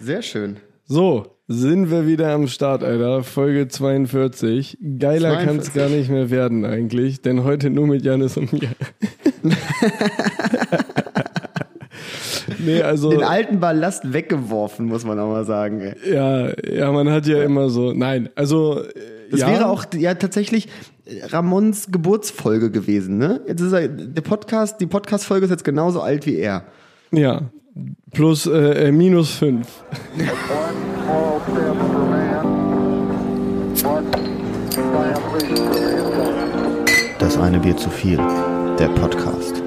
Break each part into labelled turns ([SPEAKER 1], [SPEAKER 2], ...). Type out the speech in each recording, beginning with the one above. [SPEAKER 1] Sehr schön.
[SPEAKER 2] So, sind wir wieder am Start, Alter. Folge 42. Geiler kann es
[SPEAKER 1] 42.
[SPEAKER 2] gar nicht mehr werden eigentlich, denn heute nur mit Janis und mir. nee, also...
[SPEAKER 1] Den alten Ballast weggeworfen, muss man auch mal sagen. ey.
[SPEAKER 2] Ja, ja, man hat ja immer so... Nein, also... äh,
[SPEAKER 1] Das
[SPEAKER 2] ja,
[SPEAKER 1] wäre auch ja tatsächlich Ramons Geburtsfolge gewesen, ne? Jetzt ist er, der Podcast, die Podcast-Folge ist jetzt genauso alt wie er.
[SPEAKER 2] Ja, plus äh, äh, minus fünf.
[SPEAKER 3] One small step for man, one giant leap for mankind.
[SPEAKER 1] Das eine Bier zu viel. Der Podcast.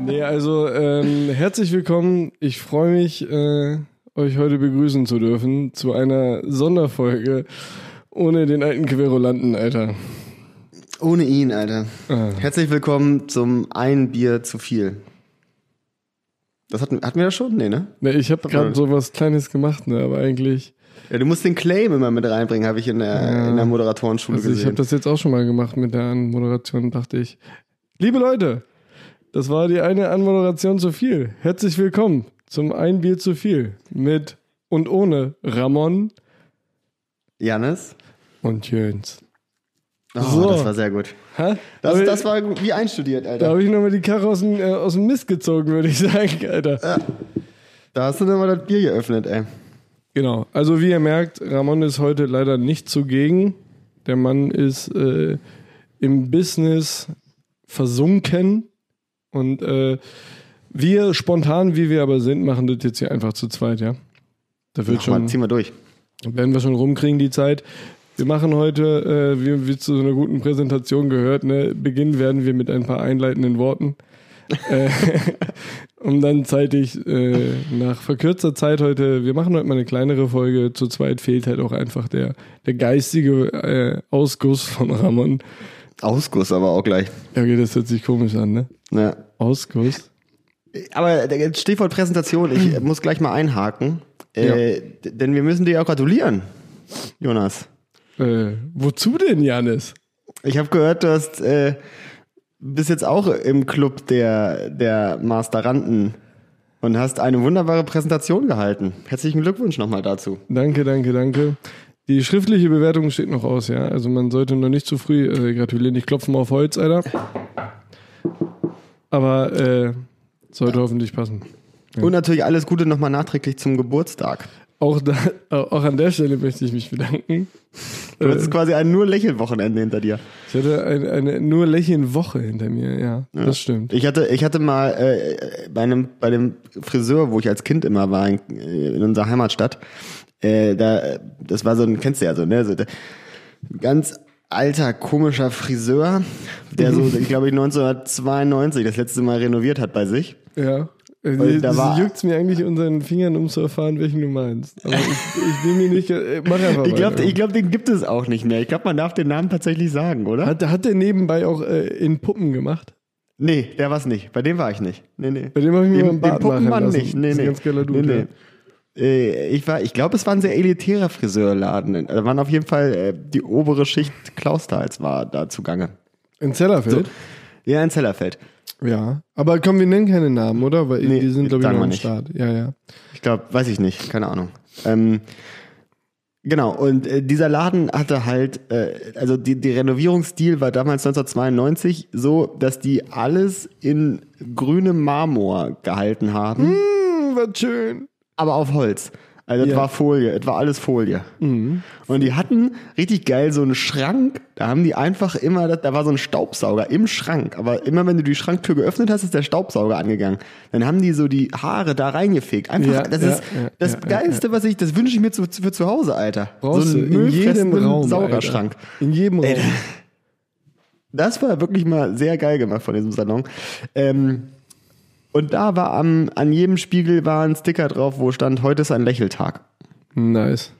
[SPEAKER 2] Nee, also ähm, herzlich willkommen. Ich freue mich, äh, euch heute begrüßen zu dürfen zu einer Sonderfolge ohne den alten Querulanten, Alter.
[SPEAKER 1] Ohne ihn, Alter.
[SPEAKER 2] Äh.
[SPEAKER 1] Herzlich willkommen zum Ein Bier zu viel. Das hatten, hatten wir das schon? Nee, ne?
[SPEAKER 2] Ne, ich habe gerade so was Kleines gemacht, ne, aber eigentlich,
[SPEAKER 1] Ja, du musst den Claim immer mit reinbringen, habe ich in der, in der Moderatorenschule
[SPEAKER 2] also ich
[SPEAKER 1] gesehen.
[SPEAKER 2] habe das jetzt auch schon mal gemacht mit der Anmoderation, dachte ich. Liebe Leute, das war die eine Anmoderation zu viel. Herzlich willkommen zum Ein Bier zu viel mit und ohne Ramon
[SPEAKER 1] Janis?
[SPEAKER 2] und Jöns.
[SPEAKER 1] Oh,
[SPEAKER 2] So.
[SPEAKER 1] das war sehr gut.
[SPEAKER 2] Ha?
[SPEAKER 1] Das,
[SPEAKER 2] Aber-
[SPEAKER 1] das war gut- wie einstudiert,
[SPEAKER 2] Da
[SPEAKER 1] Alter.
[SPEAKER 2] habe ich nochmal die Karre aus dem, äh, aus dem Mist gezogen, würde ich sagen, Alter.
[SPEAKER 1] Da hast du dann mal das Bier geöffnet, ey.
[SPEAKER 2] Genau. Also wie ihr merkt, Ramon ist heute leider nicht zugegen. Der Mann ist äh, im Business versunken. Und äh, wir, spontan wie wir aber sind, machen das jetzt hier einfach zu zweit, ja. Da wird
[SPEAKER 1] Mach
[SPEAKER 2] schon,
[SPEAKER 1] mal, zieh mal durch.
[SPEAKER 2] werden wir schon rumkriegen, die Zeit. Wir machen heute, äh, wie, wie zu so einer guten Präsentation gehört, ne, beginnen werden wir mit ein paar einleitenden Worten. äh, um dann zeitig äh, nach verkürzter Zeit heute, wir machen heute mal eine kleinere Folge, zu zweit fehlt halt auch einfach der, der geistige äh, Ausguss von Ramon.
[SPEAKER 1] Ausguss aber auch gleich.
[SPEAKER 2] Ja, okay, das hört sich komisch an, ne?
[SPEAKER 1] Ja.
[SPEAKER 2] Ausguss?
[SPEAKER 1] Aber äh, Stichwort Präsentation, ich äh, muss gleich mal einhaken. Äh, d- Denn wir müssen dir auch gratulieren, Jonas.
[SPEAKER 2] Äh, wozu denn, Janis?
[SPEAKER 1] Ich habe gehört, du hast äh, bist jetzt auch im Club der, der Masteranten und hast eine wunderbare Präsentation gehalten. Herzlichen Glückwunsch nochmal dazu.
[SPEAKER 2] Danke, danke, danke. Die schriftliche Bewertung steht noch aus, ja. Also man sollte noch nicht zu früh äh, gratulieren. Ich klopfe mal auf Holz, Alter. Aber äh, sollte hoffentlich passen.
[SPEAKER 1] Und natürlich alles Gute nochmal nachträglich zum Geburtstag.
[SPEAKER 2] Auch, da, äh, auch an der Stelle möchte ich mich bedanken.
[SPEAKER 1] Du hast quasi ein nur Lächelwochenende hinter dir.
[SPEAKER 2] Ich hatte ein, eine nur lächeln Woche hinter mir, ja. Das stimmt.
[SPEAKER 1] Ich hatte, ich hatte mal äh, bei, einem, bei dem Friseur, wo ich als Kind immer war, in, äh, in unserer Heimatstadt, äh, da, äh, das war so ein, kennst du ja so, ne? So, der, ganz alter, komischer Friseur, der so, ich glaube ich, 1992 das letzte Mal renoviert hat bei sich.
[SPEAKER 2] Ja. Äh,
[SPEAKER 1] Weil da
[SPEAKER 2] Das
[SPEAKER 1] war-
[SPEAKER 2] juckt mir eigentlich unseren Fingern, um zu erfahren, welchen du meinst. Aber ich, ich bin mir nicht. äh, Mach einfach
[SPEAKER 1] Ich glaube,
[SPEAKER 2] weiter.
[SPEAKER 1] ich glaub, den gibt es auch nicht mehr. Ich glaube, man darf den Namen tatsächlich sagen, oder?
[SPEAKER 2] hat, hat der nebenbei auch äh, in Puppen gemacht?
[SPEAKER 1] Nee, der war's nicht. Bei dem war ich nicht. Nee, nee.
[SPEAKER 2] Bei dem hab ich mir mal einen
[SPEAKER 1] den
[SPEAKER 2] Bart machen
[SPEAKER 1] Puppenmann
[SPEAKER 2] lassen.
[SPEAKER 1] nicht. Nee,
[SPEAKER 2] Das ist
[SPEAKER 1] nee.
[SPEAKER 2] ein ganz geiler Dude,
[SPEAKER 1] nee, nee. Äh, Ich war, ich glaube, es war ein sehr elitärer Friseurladen. Da waren auf jeden Fall äh, die obere Schicht Klaustals war da zugange.
[SPEAKER 2] In Zellerfeld?
[SPEAKER 1] Ja, in Zellerfeld.
[SPEAKER 2] Ja. Aber komm, wir nennen keine Namen, oder? Weil
[SPEAKER 1] Nee,
[SPEAKER 2] die sind, glaube ich,
[SPEAKER 1] sagen
[SPEAKER 2] noch
[SPEAKER 1] wir
[SPEAKER 2] am
[SPEAKER 1] nicht.
[SPEAKER 2] Start. Ja, ja.
[SPEAKER 1] Ich glaube, weiß ich nicht, keine Ahnung. Ähm, genau, und äh, dieser Laden hatte halt, äh, also die, die Renovierungsstil war damals 1992 so, dass die alles in grünem Marmor gehalten haben.
[SPEAKER 2] Hm, war schön.
[SPEAKER 1] aber auf Holz. Also es
[SPEAKER 2] Ja. Mhm.
[SPEAKER 1] war Folie, es war alles Folie. Und die hatten richtig geil so einen Schrank, da haben die einfach immer, da war so ein Staubsauger im Schrank, aber immer wenn du die Schranktür geöffnet hast, ist der Staubsauger angegangen. Dann haben die so die Haare da reingefegt. Einfach,
[SPEAKER 2] Ja,
[SPEAKER 1] das
[SPEAKER 2] ja,
[SPEAKER 1] ist
[SPEAKER 2] ja,
[SPEAKER 1] das
[SPEAKER 2] ja,
[SPEAKER 1] Geilste, was ich, das wünsche ich mir zu, für zu Hause, Alter.
[SPEAKER 2] Brauchst
[SPEAKER 1] so
[SPEAKER 2] du in jedem
[SPEAKER 1] müllfressenden
[SPEAKER 2] Raum.
[SPEAKER 1] Saugerschrank.
[SPEAKER 2] Alter. In jedem Raum.
[SPEAKER 1] Das war wirklich mal sehr geil gemacht von diesem Salon. Ähm, und da war am, an jedem Spiegel war ein Sticker drauf, wo stand, heute ist ein Lächeltag.
[SPEAKER 2] Nice.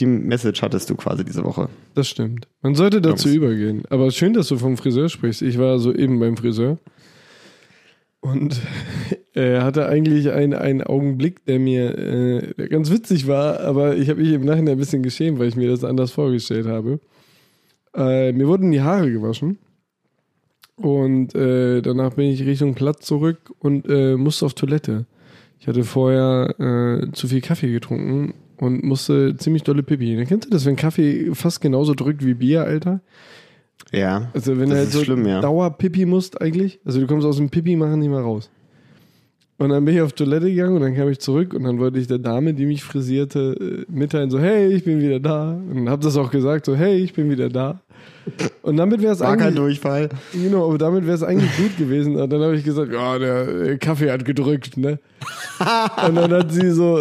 [SPEAKER 1] Die Message hattest du quasi diese Woche.
[SPEAKER 2] Das stimmt. Man sollte dazu
[SPEAKER 1] Jungs.
[SPEAKER 2] übergehen. Aber schön, dass du vom Friseur sprichst. Ich war so eben beim Friseur. Und er hatte eigentlich einen, einen Augenblick, der mir äh, der ganz witzig war, aber ich habe mich im Nachhinein ein bisschen geschämt, weil ich mir das anders vorgestellt habe. Äh, mir wurden die Haare gewaschen. Und äh, danach bin ich Richtung Platz zurück und äh, musste auf Toilette. Ich hatte vorher äh, zu viel Kaffee getrunken und musste ziemlich dolle Pipi. Dann kennst du das, wenn Kaffee fast genauso drückt wie Bier, Alter?
[SPEAKER 1] Ja.
[SPEAKER 2] Also
[SPEAKER 1] das
[SPEAKER 2] wenn du halt
[SPEAKER 1] ist
[SPEAKER 2] so
[SPEAKER 1] schlimm, ja.
[SPEAKER 2] Dauer-Pipi musst eigentlich. Also du kommst aus dem Pipi, machen nicht mal raus. Und dann bin ich auf Toilette gegangen und dann kam ich zurück und dann wollte ich der Dame, die mich frisierte, äh, mitteilen, so, hey, ich bin wieder da. Und hab das auch gesagt, so, hey, ich bin wieder da. Und damit wäre es
[SPEAKER 1] War kein
[SPEAKER 2] eigentlich,
[SPEAKER 1] Durchfall.
[SPEAKER 2] genau, aber damit wäre es eigentlich gut gewesen. Und dann habe ich gesagt, ja, der äh, Kaffee hat gedrückt, ne? Und dann hat sie so,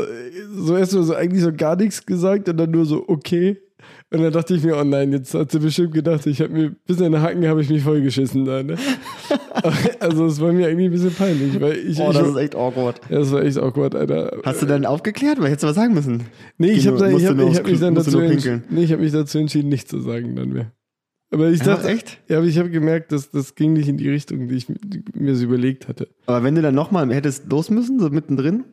[SPEAKER 2] so erstmal so eigentlich so gar nichts gesagt und dann nur so, okay. Und dann dachte ich mir, oh nein, jetzt hat sie bestimmt gedacht, ich habe mir, bis in den Hacken habe ich mich vollgeschissen da, ne? Aber, Also es war mir eigentlich ein bisschen peinlich, weil ich,
[SPEAKER 1] Oh,
[SPEAKER 2] ich
[SPEAKER 1] das ist echt awkward.
[SPEAKER 2] Ja, das war echt awkward, Alter.
[SPEAKER 1] Hast du dann aufgeklärt? Weil hättest du was sagen müssen.
[SPEAKER 2] Nee, ich
[SPEAKER 1] Geh
[SPEAKER 2] habe
[SPEAKER 1] nur- musst
[SPEAKER 2] ich
[SPEAKER 1] du
[SPEAKER 2] hab,
[SPEAKER 1] nur
[SPEAKER 2] ich
[SPEAKER 1] aufs
[SPEAKER 2] hab mich
[SPEAKER 1] Klo-
[SPEAKER 2] dann
[SPEAKER 1] musst du
[SPEAKER 2] dazu
[SPEAKER 1] nur
[SPEAKER 2] entschieden,
[SPEAKER 1] pinkeln.
[SPEAKER 2] nee, ich hab mich dazu entschieden, nichts zu sagen dann mehr. Aber ich
[SPEAKER 1] Ja,
[SPEAKER 2] dachte,
[SPEAKER 1] echt?
[SPEAKER 2] Ja, aber ich habe gemerkt, dass das ging nicht in die Richtung, die ich mir so überlegt hatte.
[SPEAKER 1] Aber wenn du dann nochmal hättest los müssen, so mittendrin?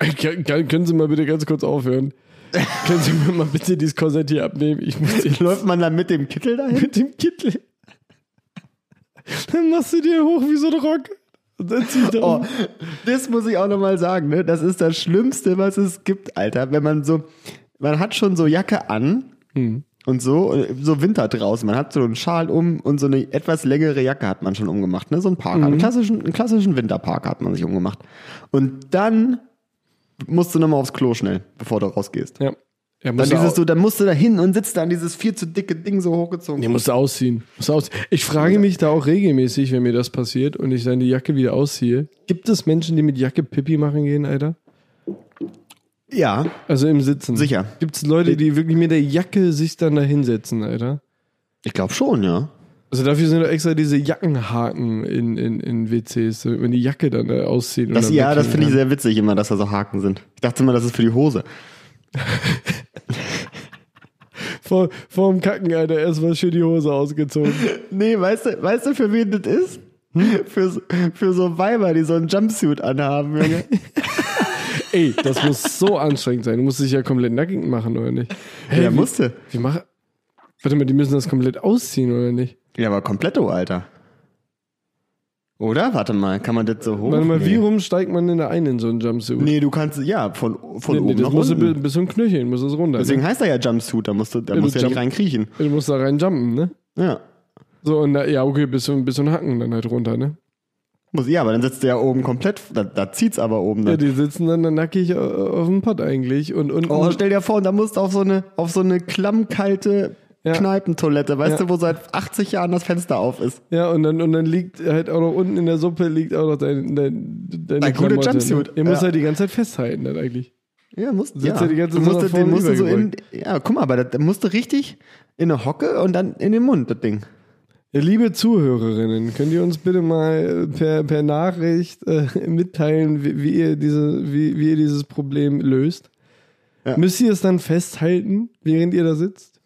[SPEAKER 2] Kann, kann, können Sie mal bitte ganz kurz aufhören? können Sie mir mal bitte dieses Korsett hier abnehmen? Ich muss jetzt
[SPEAKER 1] Läuft man dann mit dem Kittel dahin?
[SPEAKER 2] mit dem Kittel. Dann machst du dir hoch wie so ein Rock. Und dann zieh ich da
[SPEAKER 1] Oh,
[SPEAKER 2] um.
[SPEAKER 1] das muss ich auch nochmal sagen, ne? Das ist das Schlimmste, was es gibt, Alter. Wenn man so, man hat schon so Jacke an und so, so Winter draußen. Man hat so einen Schal um und so eine etwas längere Jacke hat man schon umgemacht, ne? So einen Parker, einen, klassischen, einen klassischen Winterparker hat man sich umgemacht. Und dann musst du nochmal aufs Klo schnell, bevor du rausgehst.
[SPEAKER 2] Ja. ja
[SPEAKER 1] Dann,
[SPEAKER 2] musst du
[SPEAKER 1] dieses,
[SPEAKER 2] au-
[SPEAKER 1] so, dann musst du da hin und sitzt da an dieses viel zu dicke Ding so hochgezogen.
[SPEAKER 2] Nee, musst du ausziehen. Musst du ausziehen. Ich frage mich da auch regelmäßig, wenn mir das passiert und ich dann die Jacke wieder ausziehe. Gibt es Menschen, die mit Jacke Pipi machen gehen, Alter?
[SPEAKER 1] Ja,
[SPEAKER 2] Also im Sitzen.
[SPEAKER 1] Sicher.
[SPEAKER 2] Gibt es Leute, die wirklich mit der Jacke sich dann da hinsetzen, Alter?
[SPEAKER 1] ich glaube schon, ja.
[SPEAKER 2] Also dafür sind doch extra diese Jackenhaken in, in, in WCs, damit man die Jacke dann da auszieht. und
[SPEAKER 1] Das,
[SPEAKER 2] dann
[SPEAKER 1] ja, das
[SPEAKER 2] weggehen
[SPEAKER 1] finde ich
[SPEAKER 2] kann.
[SPEAKER 1] sehr witzig immer, dass da so Haken sind. Ich dachte immer, das ist für die Hose.
[SPEAKER 2] Vor, vor dem Kacken, Alter, erstmal schön die Hose ausgezogen.
[SPEAKER 1] Nee, weißt du, weißt du für wen das ist?
[SPEAKER 2] Hm?
[SPEAKER 1] Für, so- für so Weiber, die so einen Jumpsuit anhaben, Junge.
[SPEAKER 2] Ey, das muss so anstrengend sein. Du musst dich ja komplett nackig machen, oder nicht? Hey,
[SPEAKER 1] ja,
[SPEAKER 2] wie-
[SPEAKER 1] musste.
[SPEAKER 2] Wie mach... Warte mal, die müssen das komplett ausziehen, oder nicht?
[SPEAKER 1] Ja, aber kompletto, Alter. Oder? Warte mal, kann man das so hoch?
[SPEAKER 2] Warte mal,
[SPEAKER 1] nee.
[SPEAKER 2] wie rum steigt man denn da ein in so einen Jumpsuit?
[SPEAKER 1] Nee, du kannst, ja, von, von
[SPEAKER 2] Nee, nee,
[SPEAKER 1] oben
[SPEAKER 2] das
[SPEAKER 1] nach
[SPEAKER 2] muss
[SPEAKER 1] unten.
[SPEAKER 2] bis, bis zum Knöcheln, muss das runter.
[SPEAKER 1] Deswegen
[SPEAKER 2] ne?
[SPEAKER 1] heißt er ja Jumpsuit, da musst du, da
[SPEAKER 2] Ja,
[SPEAKER 1] musst
[SPEAKER 2] du
[SPEAKER 1] du ja nicht
[SPEAKER 2] jump-
[SPEAKER 1] reinkriechen.
[SPEAKER 2] Du musst da reinjumpen, ne?
[SPEAKER 1] Ja.
[SPEAKER 2] So, und da, ja, okay, bis zum, bis zum Hacken dann halt runter, ne?
[SPEAKER 1] Muss, ja, aber dann sitzt du ja oben komplett, da, da zieht's aber oben.
[SPEAKER 2] Ja,
[SPEAKER 1] Dann.
[SPEAKER 2] die sitzen dann, dann nackig äh, auf dem Pott eigentlich und unten.
[SPEAKER 1] Oh, stell dir vor, und da musst du auf so eine, auf so eine klammkalte
[SPEAKER 2] Ja.
[SPEAKER 1] Kneipentoilette, weißt
[SPEAKER 2] Ja.
[SPEAKER 1] du, wo seit 80 Jahren das Fenster auf ist.
[SPEAKER 2] Ja, und dann, und dann liegt halt auch noch unten in der Suppe liegt auch noch dein, dein, deine
[SPEAKER 1] Dein guter
[SPEAKER 2] Klamotte,
[SPEAKER 1] Jumpsuit.
[SPEAKER 2] Ne? Ihr
[SPEAKER 1] Ja.
[SPEAKER 2] müsst halt die ganze Zeit festhalten dann eigentlich.
[SPEAKER 1] Ja, musst
[SPEAKER 2] Sitzt ja die ganze
[SPEAKER 1] Du
[SPEAKER 2] Zeit
[SPEAKER 1] musst
[SPEAKER 2] nach
[SPEAKER 1] den- den
[SPEAKER 2] vorne
[SPEAKER 1] musst du so in, ja, guck mal, aber das- da musst du richtig in eine Hocke und dann in den Mund, das Ding.
[SPEAKER 2] Ja, liebe Zuhörerinnen, könnt ihr uns bitte mal äh, per, per Nachricht äh, mitteilen, wie, wie, ihr diese, wie, wie ihr dieses Problem löst?
[SPEAKER 1] Ja.
[SPEAKER 2] Müsst ihr es dann festhalten, während ihr da sitzt?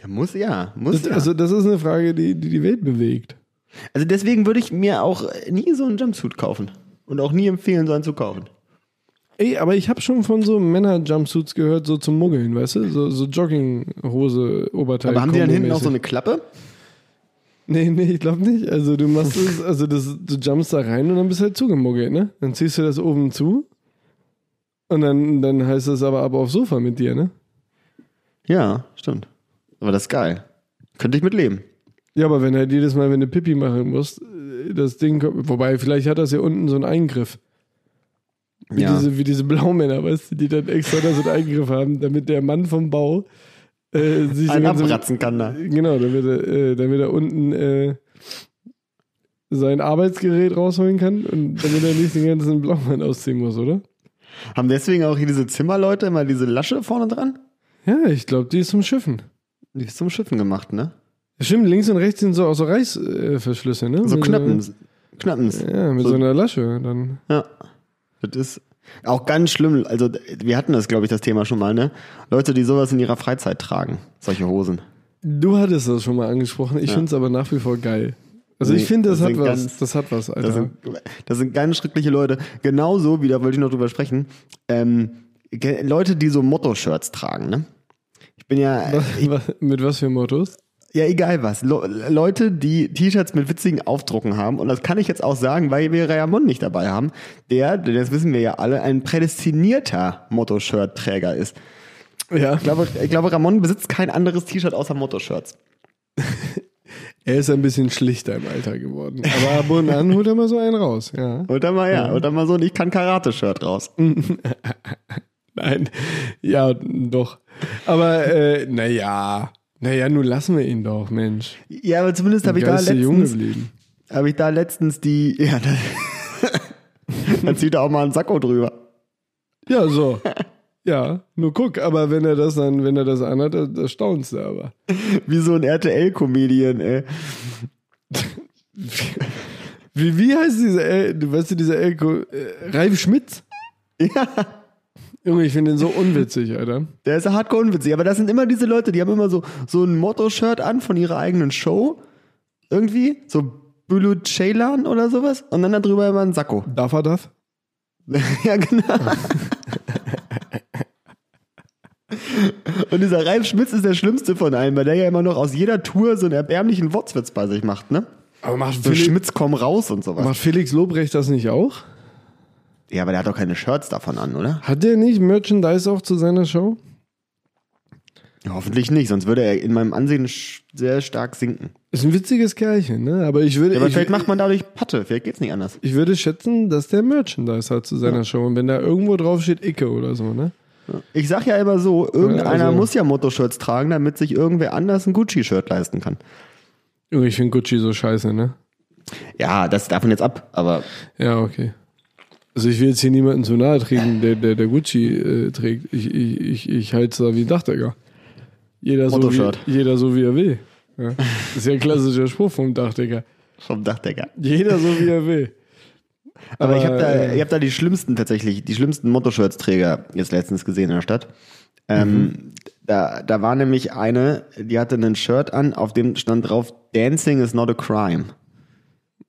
[SPEAKER 1] Ja, muss ja, muss
[SPEAKER 2] Das,
[SPEAKER 1] ja.
[SPEAKER 2] Also das ist eine Frage, die die, die Welt bewegt.
[SPEAKER 1] also deswegen würde ich mir auch äh, nie so einen Jumpsuit kaufen und auch nie empfehlen, so einen zu kaufen.
[SPEAKER 2] Ey, aber ich habe schon von so Männer-Jumpsuits gehört, so zum Muggeln, weißt du? So, so Jogginghose, Oberteil.
[SPEAKER 1] Aber haben die dann hinten auch so
[SPEAKER 2] kombomäßig.
[SPEAKER 1] eine Klappe?
[SPEAKER 2] Nee, nee, ich glaube nicht. Also du machst es, also das, du jumpst da rein und dann bist halt zugemuggelt, ne? Dann ziehst du das oben zu und dann, dann heißt das aber ab aufs Sofa mit dir, ne?
[SPEAKER 1] Ja, stimmt. Aber das ist geil. Könnte ich mitleben.
[SPEAKER 2] Ja, aber wenn halt jedes Mal, wenn du Pipi machen musst, äh, das Ding kommt, wobei vielleicht hat das ja unten so einen Eingriff. Wie,
[SPEAKER 1] Ja.
[SPEAKER 2] diese, wie diese Blaumänner, weißt du, die dann extra da so einen Eingriff haben, damit der Mann vom Bau äh, sich
[SPEAKER 1] Einen
[SPEAKER 2] so ganz-
[SPEAKER 1] abratzen kann da.
[SPEAKER 2] Genau, damit er, äh, damit er unten äh, sein Arbeitsgerät rausholen kann und damit er nicht den ganzen Blaumann ausziehen muss, oder?
[SPEAKER 1] Haben deswegen auch hier diese Zimmerleute immer diese Lasche vorne dran?
[SPEAKER 2] Ja, ich glaube, die ist zum Schiffen.
[SPEAKER 1] Die ist zum Schiffen gemacht, ne?
[SPEAKER 2] Stimmt, links und rechts sind so auch so Reißverschlüsse, äh, Verschlüsse, ne?
[SPEAKER 1] So
[SPEAKER 2] Mit
[SPEAKER 1] Knappens. Knappens.
[SPEAKER 2] Ja, mit so,
[SPEAKER 1] So-
[SPEAKER 2] einer Lasche dann.
[SPEAKER 1] Ja. Das ist auch ganz schlimm. Also, wir hatten das, glaube ich, das Thema schon mal, ne? Leute, die sowas in ihrer Freizeit tragen, solche Hosen.
[SPEAKER 2] Du hattest das schon mal angesprochen. Ich
[SPEAKER 1] Ja.
[SPEAKER 2] finde es aber nach wie vor geil. Also
[SPEAKER 1] Nee,
[SPEAKER 2] ich finde, das,
[SPEAKER 1] das
[SPEAKER 2] hat
[SPEAKER 1] sind
[SPEAKER 2] was.
[SPEAKER 1] ganz-
[SPEAKER 2] das hat was, Alter.
[SPEAKER 1] Das, sind, das sind ganz schreckliche Leute. Genauso, wie da wollte ich noch drüber sprechen, ähm, ge- Leute, die so Motto-Shirts tragen, ne? Ich bin ja,
[SPEAKER 2] mit was für Mottos?
[SPEAKER 1] Ja, egal was. Le Leute, die T-Shirts mit witzigen Aufdrucken haben, und das kann ich jetzt auch sagen, weil wir Raymond nicht dabei haben, der, das wissen wir ja alle, ein prädestinierter Motto-Shirt-Träger ist.
[SPEAKER 2] Ja.
[SPEAKER 1] Ich glaube, ich glaube, Ramon besitzt kein anderes T-Shirt außer Motto-Shirts.
[SPEAKER 2] Er ist ein bisschen schlichter im Alter geworden. Aber ab und an holt er mal so einen raus, ja.
[SPEAKER 1] Und dann mal ja, Mhm. und dann mal so ein Ich kann Karate-Shirt raus.
[SPEAKER 2] Nein. Ja, doch. Aber äh, naja. Naja, nun lassen wir ihn doch, Mensch.
[SPEAKER 1] Ja, aber zumindest habe ich da
[SPEAKER 2] Geist der Junge
[SPEAKER 1] letztens,
[SPEAKER 2] geblieben.
[SPEAKER 1] habe ich da letztens die, ja, dann, dann zieht er auch mal einen Sakko drüber.
[SPEAKER 2] Ja, so. Ja, nur guck, aber wenn er das dann, wenn er das anhat, da, da staunst du aber.
[SPEAKER 1] Wie so ein RTL-Comedian, ey.
[SPEAKER 2] Wie, wie heißt dieser, El, du weißt du, dieser Elko, äh, Ralf Schmitz?
[SPEAKER 1] Ja.
[SPEAKER 2] Junge, ich finde den so unwitzig, Alter.
[SPEAKER 1] Der ist hardcore unwitzig. Aber das sind immer diese Leute, die haben immer so, so ein Motto-Shirt an von ihrer eigenen Show. Irgendwie. So Bülü Ceylan oder sowas. Und dann darüber immer ein Sakko.
[SPEAKER 2] Darf er das?
[SPEAKER 1] ja, genau. Und dieser Ralf Schmitz ist der schlimmste von allen, weil der ja immer noch aus jeder Tour so einen erbärmlichen Wortwitz bei sich macht, ne?
[SPEAKER 2] Aber macht
[SPEAKER 1] So
[SPEAKER 2] Felix,
[SPEAKER 1] Schmitz komm raus und sowas.
[SPEAKER 2] macht Felix Lobrecht das nicht auch?
[SPEAKER 1] Ja, aber der hat doch keine Shirts davon an, oder?
[SPEAKER 2] Hat der nicht Merchandise auch zu seiner Show?
[SPEAKER 1] Ja, hoffentlich nicht, sonst würde er in meinem Ansehen sch- sehr stark sinken.
[SPEAKER 2] Ist ein witziges Kerlchen, ne? Aber ich würde,
[SPEAKER 1] Ja, aber
[SPEAKER 2] ich,
[SPEAKER 1] vielleicht macht man dadurch Patte, vielleicht geht's nicht anders.
[SPEAKER 2] ich würde schätzen, dass der Merchandise hat zu seiner Show. Und wenn da irgendwo drauf steht Icke oder so, ne?
[SPEAKER 1] Ich sag ja immer so, irgendeiner
[SPEAKER 2] Ja, also-
[SPEAKER 1] muss ja Motto-Shirts tragen, damit sich irgendwer anders ein Gucci-Shirt leisten kann.
[SPEAKER 2] Junge, ich finde Gucci so scheiße, ne?
[SPEAKER 1] Ja, das davon jetzt ab, aber
[SPEAKER 2] Ja, okay. Also ich will jetzt hier niemanden zu nahe treten, der, der, der Gucci äh, trägt. Ich, ich, ich, ich halte es da wie ein Dachdecker. Jeder so, wie,
[SPEAKER 1] Motto-Shirt.
[SPEAKER 2] jeder so wie er will. Ja? Das ist ja ein klassischer Spruch vom Dachdecker.
[SPEAKER 1] vom Dachdecker.
[SPEAKER 2] Jeder so wie er will.
[SPEAKER 1] Aber, ich habe da,
[SPEAKER 2] äh,
[SPEAKER 1] ich hab da die schlimmsten tatsächlich, die schlimmsten Motto-Shirts-Träger jetzt letztens gesehen in der Stadt. Ähm, da, da war nämlich eine, die hatte ein Shirt an, auf dem stand drauf, Dancing is not a crime.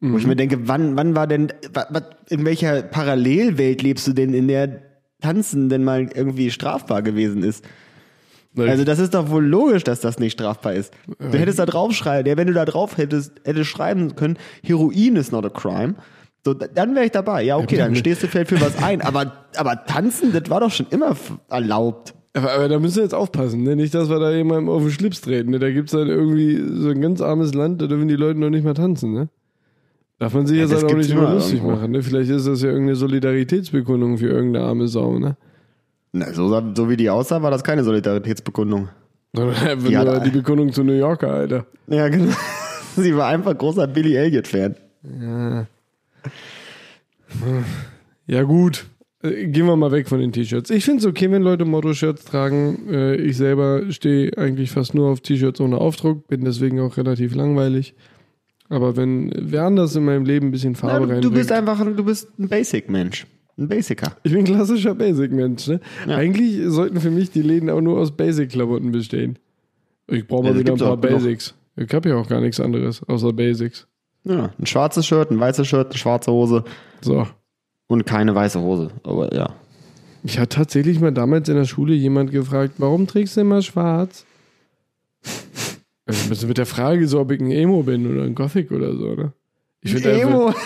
[SPEAKER 1] Wo ich mir denke, wann, wann war denn, wa- wa- in welcher Parallelwelt lebst du denn, in der Tanzen denn mal irgendwie strafbar gewesen ist? Also das ist doch wohl logisch, dass das nicht strafbar ist. Du hättest da drauf schreiben, ja, wenn du da drauf hättest, hättest schreiben können, Heroin is not a crime. So, da- dann wäre ich dabei. Ja, okay, dann stehst du vielleicht für was ein. Aber, aber tanzen, das war doch schon immer f- erlaubt.
[SPEAKER 2] Aber, aber da müssen wir jetzt aufpassen, ne? Nicht, dass wir da jemandem auf den Schlips treten. Ne? Da gibt's dann irgendwie so ein ganz armes Land, da dürfen die Leute noch nicht mal tanzen, ne? Darf man sich jetzt
[SPEAKER 1] das
[SPEAKER 2] halt auch
[SPEAKER 1] gibt's
[SPEAKER 2] nicht immer
[SPEAKER 1] immer
[SPEAKER 2] lustig
[SPEAKER 1] irgendwo.
[SPEAKER 2] machen, ne? Vielleicht ist das ja irgendeine Solidaritätsbekundung für irgendeine arme Sau, ne?
[SPEAKER 1] Na, so, sah- so wie die aussah, war das keine Solidaritätsbekundung.
[SPEAKER 2] Sondern einfach
[SPEAKER 1] Ja,
[SPEAKER 2] nur
[SPEAKER 1] da-
[SPEAKER 2] die Bekundung zu New Yorker, Alter.
[SPEAKER 1] Ja, genau. Sie war einfach großer Billy Elliot-Fan.
[SPEAKER 2] Ja, gut. Äh, Gehen wir mal weg von den T-Shirts. Ich finde es okay, wenn Leute Motto-Shirts tragen. Äh, Ich selber stehe eigentlich fast nur auf T-Shirts ohne Aufdruck, bin deswegen auch relativ langweilig. Aber wenn wer anders in meinem Leben ein bisschen
[SPEAKER 1] Ja,
[SPEAKER 2] Farbe
[SPEAKER 1] Ähm, du, du
[SPEAKER 2] reinbringt.
[SPEAKER 1] bist einfach ein, du bist ein Basic-Mensch. Ein Basicer.
[SPEAKER 2] Ich bin ein klassischer Basic-Mensch. Ne? Eigentlich sollten für mich die Läden auch nur aus Basic-Klamotten bestehen. Ich brauche mal
[SPEAKER 1] Ja, das
[SPEAKER 2] wieder ein
[SPEAKER 1] gibt's
[SPEAKER 2] paar
[SPEAKER 1] auch genug.
[SPEAKER 2] Basics. Ich habe ja auch gar nichts anderes außer Basics.
[SPEAKER 1] Ja, ein schwarzes Shirt, ein weißes Shirt, eine schwarze Hose
[SPEAKER 2] So.
[SPEAKER 1] und keine weiße Hose. Aber ja.
[SPEAKER 2] Ich hat tatsächlich mal damals in der Schule jemand gefragt, warum trägst du immer schwarz? Also mit der Frage so, ob ich ein Emo bin oder ein Gothic oder so, ne? Ich find
[SPEAKER 1] Emo,
[SPEAKER 2] einfach-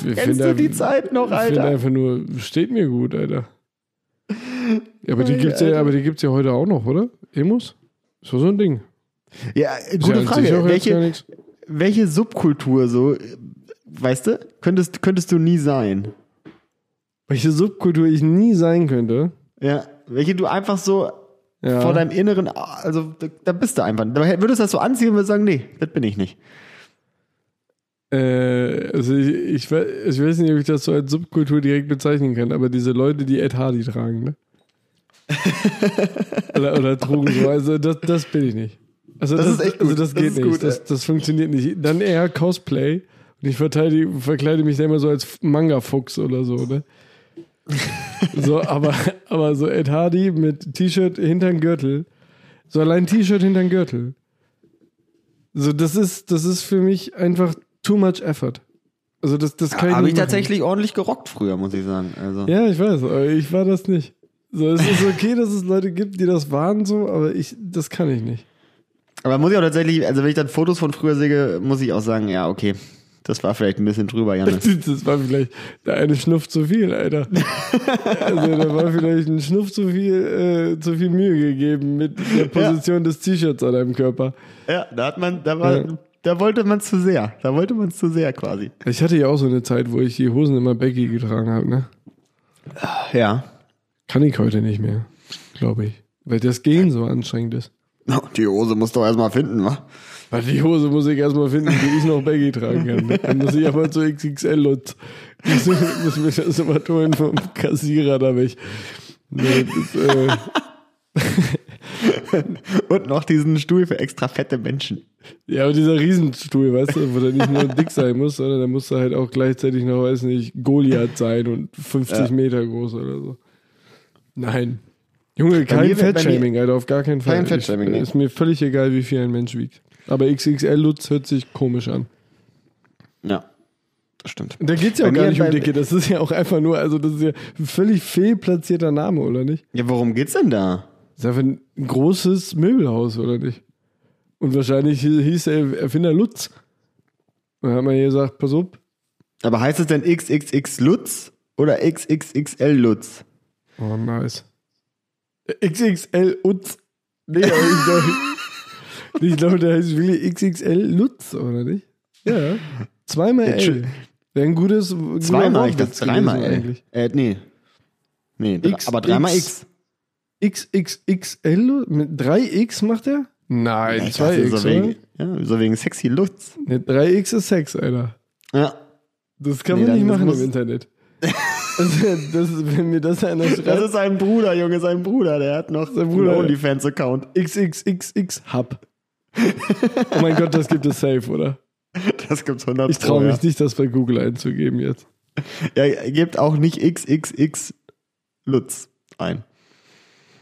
[SPEAKER 2] ich
[SPEAKER 1] kennst
[SPEAKER 2] find
[SPEAKER 1] du die
[SPEAKER 2] einfach-
[SPEAKER 1] Zeit noch,
[SPEAKER 2] Ich finde
[SPEAKER 1] Alter?
[SPEAKER 2] einfach nur, steht mir gut, Alter. Ja, aber die
[SPEAKER 1] Ei,
[SPEAKER 2] gibt's ja, aber die gibt's ja heute auch noch, oder? Emos? Ist doch so ein Ding.
[SPEAKER 1] Ja, äh,
[SPEAKER 2] Ist ja
[SPEAKER 1] gute
[SPEAKER 2] an sich auch
[SPEAKER 1] Frage.
[SPEAKER 2] jetzt gar
[SPEAKER 1] Welche,
[SPEAKER 2] nichts.
[SPEAKER 1] welche Subkultur so, äh, weißt du, könntest, könntest du nie sein?
[SPEAKER 2] Welche Subkultur ich nie sein könnte.
[SPEAKER 1] Ja, welche du einfach so
[SPEAKER 2] Ja.
[SPEAKER 1] vor deinem inneren, also da, da bist du einfach. Da hätt- würdest du das so anziehen und würdest sagen, nee, das bin ich nicht.
[SPEAKER 2] äh, also ich, ich, we- ich weiß nicht, ob ich das so als Subkultur direkt bezeichnen kann, aber diese Leute, die Ed Hardy tragen, ne? oder, oder trugen so. Also das, das bin ich nicht. Also das,
[SPEAKER 1] Das ist echt gut.
[SPEAKER 2] Also das
[SPEAKER 1] Das
[SPEAKER 2] geht
[SPEAKER 1] ist
[SPEAKER 2] nicht.
[SPEAKER 1] gut,
[SPEAKER 2] das, das funktioniert nicht. Dann eher Cosplay. Und ich verteidige, verkleide mich da immer so als Manga-Fuchs oder so, ne? so, aber, aber so Ed Hardy mit T-Shirt hinterm Gürtel. So allein T-Shirt hinterm Gürtel. So, das ist, das ist für mich einfach too much effort. Also das, das kann ich
[SPEAKER 1] Habe
[SPEAKER 2] nicht
[SPEAKER 1] ich
[SPEAKER 2] machen.
[SPEAKER 1] tatsächlich ordentlich gerockt früher, muss ich sagen. Also.
[SPEAKER 2] Ja, ich weiß, aber ich war das nicht. So, es ist okay, dass es Leute gibt, die das waren, so, aber ich, das kann ich nicht.
[SPEAKER 1] Aber muss ich auch tatsächlich, also wenn ich dann Fotos von früher sehe, muss ich auch sagen, ja, okay, das war vielleicht ein bisschen drüber, Janne.
[SPEAKER 2] Das war vielleicht der eine Schnuff zu viel, Alter. Also da war vielleicht ein Schnuff zu viel, äh, zu viel Mühe gegeben mit der Position des T-Shirts an deinem Körper.
[SPEAKER 1] Ja, da hat man, da war,
[SPEAKER 2] Ja.
[SPEAKER 1] da wollte man zu sehr. Da wollte man zu sehr quasi.
[SPEAKER 2] Ich hatte ja auch so eine Zeit, wo ich die Hosen immer baggy getragen habe, ne?
[SPEAKER 1] Ja.
[SPEAKER 2] Kann ich heute nicht mehr, glaube ich. Weil das Gehen so anstrengend ist.
[SPEAKER 1] Na, Die Hose musst du doch erstmal finden, wa?
[SPEAKER 2] Weil die Hose muss ich erstmal finden, die ich noch baggy tragen kann. Dann muss ich aber zu XXL Lutz. Muss muss mir das immer tun vom Kassierer da weg. Nee, das, äh,
[SPEAKER 1] Und noch diesen Stuhl für extra fette Menschen.
[SPEAKER 2] ja, aber dieser Riesenstuhl, weißt du, wo du nicht nur dick sein musst, sondern da musst du halt auch gleichzeitig noch, weiß nicht, Goliath sein und 50 Meter groß oder so. Nein. Junge, kein
[SPEAKER 1] mir wär- bei
[SPEAKER 2] Fettshaming, Alter, auf gar keinen Fall.
[SPEAKER 1] Kein Fettshaming,
[SPEAKER 2] Ich-
[SPEAKER 1] nee.
[SPEAKER 2] Ist mir völlig egal, wie viel ein Mensch wiegt. Aber XXL Lutz hört sich komisch an.
[SPEAKER 1] Ja. Das stimmt.
[SPEAKER 2] Da geht's ja
[SPEAKER 1] Bei
[SPEAKER 2] auch gar
[SPEAKER 1] mir
[SPEAKER 2] nicht um
[SPEAKER 1] bei-
[SPEAKER 2] Dicke, das ist ja auch einfach nur, also das ist ja ein völlig fehlplatzierter Name, oder nicht?
[SPEAKER 1] Ja, worum geht's denn da?
[SPEAKER 2] Das ist einfach ein großes Möbelhaus, oder nicht? Und wahrscheinlich hieß der Erfinder Lutz. Dann hat man hier gesagt, pass auf.
[SPEAKER 1] Aber heißt es denn XXX Lutz oder XXXL Lutz?
[SPEAKER 2] Oh, nice. XXL Utz. Nee, aber ich glaube, ich glaube, der heißt wirklich XXL Lutz, oder nicht? Ja. Zweimal
[SPEAKER 1] Ja,
[SPEAKER 2] L.
[SPEAKER 1] tschü-
[SPEAKER 2] Wäre ein gutes. guter
[SPEAKER 1] Zweimal, ich
[SPEAKER 2] Wortwitz
[SPEAKER 1] dachte dreimal,
[SPEAKER 2] gewesen
[SPEAKER 1] ey. Äh, nee. Nee, dr-
[SPEAKER 2] X,
[SPEAKER 1] aber dreimal
[SPEAKER 2] X.
[SPEAKER 1] X.
[SPEAKER 2] XXXL mit 3X macht er? Nein,
[SPEAKER 1] Ich dachte,
[SPEAKER 2] 2X.
[SPEAKER 1] so,
[SPEAKER 2] oder?
[SPEAKER 1] wegen, ja, so wegen sexy Lutz.
[SPEAKER 2] Ne, 3X ist Sex, Alter.
[SPEAKER 1] Ja.
[SPEAKER 2] Das kann
[SPEAKER 1] Nee,
[SPEAKER 2] man
[SPEAKER 1] dann-
[SPEAKER 2] nicht
[SPEAKER 1] das
[SPEAKER 2] machen
[SPEAKER 1] muss-
[SPEAKER 2] im Internet. Also, das, ist- wenn mir das einer
[SPEAKER 1] Das
[SPEAKER 2] schreibt,
[SPEAKER 1] ist sein Bruder, Junge, sein Bruder. Der hat noch
[SPEAKER 2] Sein Bruder,
[SPEAKER 1] einen
[SPEAKER 2] ja.
[SPEAKER 1] OnlyFans-Account.
[SPEAKER 2] XXXX Hub. oh mein Gott, das gibt es safe, oder?
[SPEAKER 1] Das gibt's 100
[SPEAKER 2] Ich traue mich nicht, das bei Google einzugeben jetzt.
[SPEAKER 1] Ja, ihr gebt auch nicht XXX Lutz ein.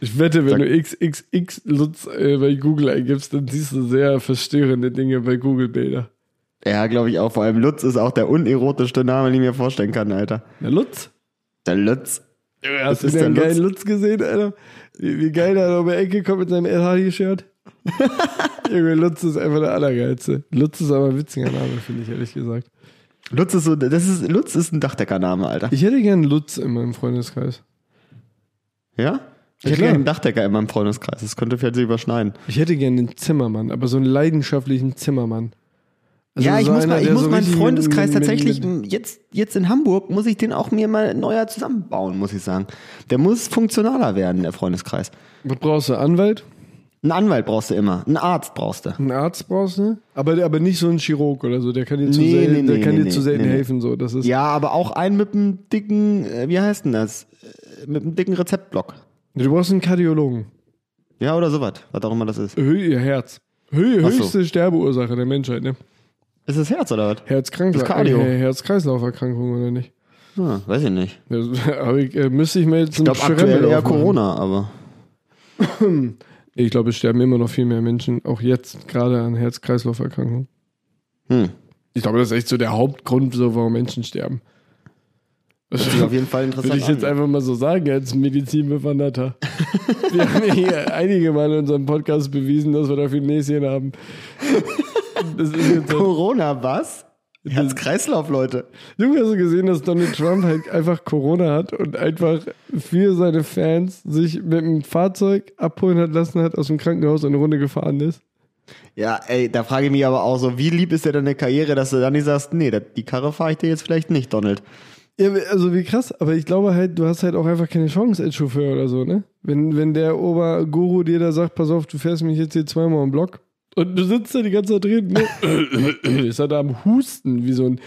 [SPEAKER 2] Ich wette, wenn
[SPEAKER 1] Sag-
[SPEAKER 2] du XXX Lutz äh, bei Google eingibst, dann siehst du sehr verstörende Dinge bei Google-Bilder.
[SPEAKER 1] Ja, glaube ich auch. Vor allem Lutz ist auch der unerotischste Name, den ich mir vorstellen kann, Alter.
[SPEAKER 2] Na, Lutz?
[SPEAKER 1] Der Lutz.
[SPEAKER 2] Hast du
[SPEAKER 1] ist
[SPEAKER 2] den
[SPEAKER 1] der
[SPEAKER 2] geilen Lutz gesehen, Alter? Wie, wie geil der da um die Ecke kommt mit seinem LH-T-Shirt? Junge, Lutz ist einfach der Allergeilste. Lutz ist aber ein witziger Name, finde ich, ehrlich gesagt.
[SPEAKER 1] Lutz ist so, das ist, Lutz ist ein Dachdeckername, Alter.
[SPEAKER 2] Ich hätte gern Lutz in meinem Freundeskreis.
[SPEAKER 1] Ja? Ich hätte
[SPEAKER 2] klar.
[SPEAKER 1] gerne einen Dachdecker in meinem Freundeskreis. Das könnte vielleicht sich überschneiden.
[SPEAKER 2] Ich hätte gern einen Zimmermann, aber so einen leidenschaftlichen Zimmermann. Also
[SPEAKER 1] ja, ich
[SPEAKER 2] so
[SPEAKER 1] muss,
[SPEAKER 2] einer,
[SPEAKER 1] mal, ich
[SPEAKER 2] der
[SPEAKER 1] muss
[SPEAKER 2] so
[SPEAKER 1] meinen
[SPEAKER 2] richtig
[SPEAKER 1] Freundeskreis
[SPEAKER 2] mit- mit-
[SPEAKER 1] tatsächlich,
[SPEAKER 2] mit-
[SPEAKER 1] jetzt, jetzt in Hamburg, muss ich den auch mir mal neuer zusammenbauen, muss ich sagen. Der muss funktionaler werden, der Freundeskreis.
[SPEAKER 2] Was brauchst du? Anwalt?
[SPEAKER 1] Einen Anwalt brauchst du immer, einen Arzt brauchst du.
[SPEAKER 2] Einen Arzt brauchst du? Aber, aber nicht so einen Chirurg oder so. Der kann dir zu
[SPEAKER 1] Nee,
[SPEAKER 2] selten,
[SPEAKER 1] nee,
[SPEAKER 2] der
[SPEAKER 1] nee,
[SPEAKER 2] kann
[SPEAKER 1] nee,
[SPEAKER 2] dir zu
[SPEAKER 1] nee,
[SPEAKER 2] selten
[SPEAKER 1] nee, nee.
[SPEAKER 2] helfen. So. Das ist,
[SPEAKER 1] Ja, aber auch einen mit einem dicken, äh, wie heißt denn das? Äh, Mit einem dicken Rezeptblock.
[SPEAKER 2] Du brauchst einen Kardiologen.
[SPEAKER 1] Ja, oder sowas, was auch immer das ist.
[SPEAKER 2] Hö ihr Herz. Hö
[SPEAKER 1] Ach so.
[SPEAKER 2] höchste Sterbeursache der Menschheit, ne?
[SPEAKER 1] Ist das Herz oder was? Das
[SPEAKER 2] Herzkrankheit.
[SPEAKER 1] Cardio.
[SPEAKER 2] Herz-Kreislauf-Erkrankung oder nicht?
[SPEAKER 1] Hm, weiß ich nicht.
[SPEAKER 2] Das, hab ich, äh, müsste ich mir jetzt
[SPEAKER 1] Ich
[SPEAKER 2] einen
[SPEAKER 1] glaube
[SPEAKER 2] Schremmel
[SPEAKER 1] aktuell eher
[SPEAKER 2] aufmachen.
[SPEAKER 1] Corona, aber.
[SPEAKER 2] Ich glaube, es sterben immer noch viel mehr Menschen, auch jetzt gerade an Herz-Kreislauf-Erkrankungen.
[SPEAKER 1] Hm.
[SPEAKER 2] Ich glaube, das ist echt so der Hauptgrund, so, warum Menschen sterben.
[SPEAKER 1] Das ist auf jeden Fall
[SPEAKER 2] Würde
[SPEAKER 1] interessant.
[SPEAKER 2] ich jetzt
[SPEAKER 1] an.
[SPEAKER 2] einfach mal so sagen, als Medizinbewanderter. wir haben ja hier einige Mal in unserem Podcast bewiesen, dass wir dafür Näschen haben. Das ist jetzt halt
[SPEAKER 1] Corona, was? Herz-Kreislauf, Leute.
[SPEAKER 2] Junge, hast du gesehen, dass Donald Trump halt einfach Corona hat und einfach für seine Fans sich mit dem Fahrzeug abholen hat lassen hat, aus dem Krankenhaus eine Runde gefahren ist?
[SPEAKER 1] Ja, ey, da frage ich mich aber auch so, wie lieb ist dir deine Karriere, dass du dann nicht sagst, nee, das- die Karre fahre ich dir jetzt vielleicht nicht, Donald.
[SPEAKER 2] Ja, also wie krass, aber ich glaube halt, du hast halt auch einfach keine Chance als Chauffeur oder so, ne? Wenn, wenn der Oberguru dir da sagt, pass auf, du fährst mich jetzt hier zweimal im Block und du sitzt da die ganze Zeit drin, ne? ist er da am Husten, wie so ein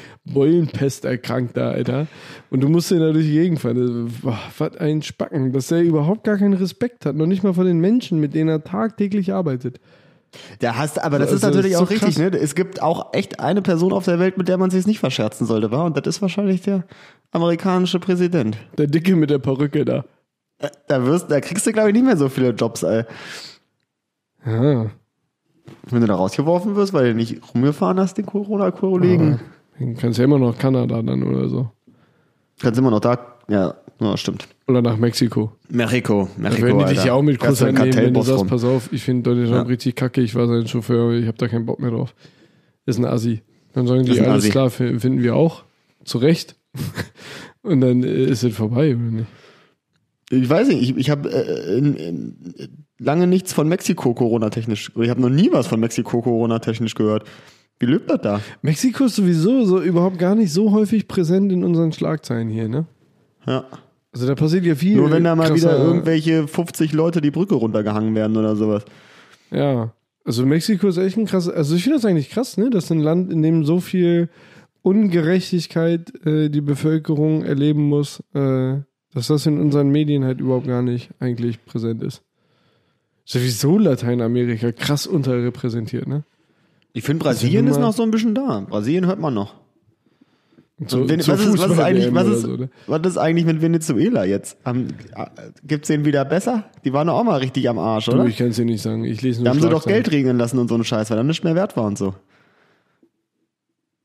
[SPEAKER 2] Beulenpesterkrankter, Alter. Und du musst den da durch die Gegend fahren. Das- boah, Was ein Spacken, dass der überhaupt gar keinen Respekt hat, noch nicht mal vor den Menschen, mit denen er tagtäglich arbeitet.
[SPEAKER 1] Da hast, aber das
[SPEAKER 2] Also,
[SPEAKER 1] ist natürlich
[SPEAKER 2] ist so
[SPEAKER 1] auch richtig,
[SPEAKER 2] krass.
[SPEAKER 1] ne? Es gibt auch echt eine Person auf der Welt, mit der man sich nicht verscherzen sollte, war? Und das ist wahrscheinlich der amerikanische Präsident.
[SPEAKER 2] Der Dicke mit der Perücke da.
[SPEAKER 1] Da, wirst, da kriegst du, glaube ich, nicht mehr so viele Jobs, ey.
[SPEAKER 2] Ja.
[SPEAKER 1] Wenn du da rausgeworfen wirst, weil du nicht rumgefahren hast, den Corona-Kollegen.
[SPEAKER 2] Dann kannst du ja immer noch Kanada dann oder so.
[SPEAKER 1] Kannst immer noch da Ja, ja stimmt.
[SPEAKER 2] Oder nach Mexiko.
[SPEAKER 1] Mexiko, Mexiko.
[SPEAKER 2] Da werden die dich
[SPEAKER 1] Alter.
[SPEAKER 2] ja auch mit
[SPEAKER 1] Kannst
[SPEAKER 2] Kuss
[SPEAKER 1] du einen
[SPEAKER 2] annehmen, wenn du
[SPEAKER 1] Kartellboss
[SPEAKER 2] sagst,
[SPEAKER 1] rum.
[SPEAKER 2] pass auf, ich finde Deutschland
[SPEAKER 1] Ja.
[SPEAKER 2] richtig kacke, ich war sein Chauffeur, ich habe da keinen Bock mehr drauf. Ist ein Assi. Dann sagen die,
[SPEAKER 1] Ist ein
[SPEAKER 2] alles
[SPEAKER 1] Assi.
[SPEAKER 2] klar, fi- finden wir auch. Zu Recht. Und dann äh, ist es vorbei, oder nicht?
[SPEAKER 1] Ich weiß nicht, ich, ich habe äh, in- in- lange nichts von Mexiko Corona-technisch. Ich habe noch nie was von Mexiko Corona-technisch gehört. Wie lebt das da?
[SPEAKER 2] Mexiko ist sowieso so überhaupt gar nicht so häufig präsent in unseren Schlagzeilen hier, ne?
[SPEAKER 1] Ja.
[SPEAKER 2] Also da passiert ja viel.
[SPEAKER 1] Nur wenn da mal wieder
[SPEAKER 2] krasser-
[SPEAKER 1] irgendwelche 50 Leute die Brücke runtergehangen werden oder sowas.
[SPEAKER 2] Ja. Also Mexiko ist echt ein krass. Also ich finde das eigentlich krass, ne? Das ist ein Land, in dem so viel Ungerechtigkeit äh, die Bevölkerung erleben muss, äh, dass das in unseren Medien halt überhaupt gar nicht eigentlich präsent ist. Sowieso Lateinamerika krass unterrepräsentiert, ne?
[SPEAKER 1] Ich finde,
[SPEAKER 2] ja
[SPEAKER 1] Brasilien
[SPEAKER 2] nun
[SPEAKER 1] ist
[SPEAKER 2] mal-
[SPEAKER 1] noch so ein bisschen da. Brasilien hört man noch.
[SPEAKER 2] Und
[SPEAKER 1] Und Ven-
[SPEAKER 2] zur
[SPEAKER 1] was, ist, was, ist
[SPEAKER 2] Fußball-WM
[SPEAKER 1] eigentlich, was,
[SPEAKER 2] oder
[SPEAKER 1] ist,
[SPEAKER 2] so, ne?
[SPEAKER 1] was ist eigentlich mit Venezuela jetzt? Am, äh, gibt's denen wieder besser? Die waren doch auch mal richtig am Arsch,
[SPEAKER 2] Du,
[SPEAKER 1] oder?
[SPEAKER 2] ich kann es dir nicht sagen. Ich lese nur
[SPEAKER 1] Da haben sie doch
[SPEAKER 2] Schlagzeilen.
[SPEAKER 1] Geld regnen lassen und so einen Scheiß, weil dann nicht mehr wert war und so.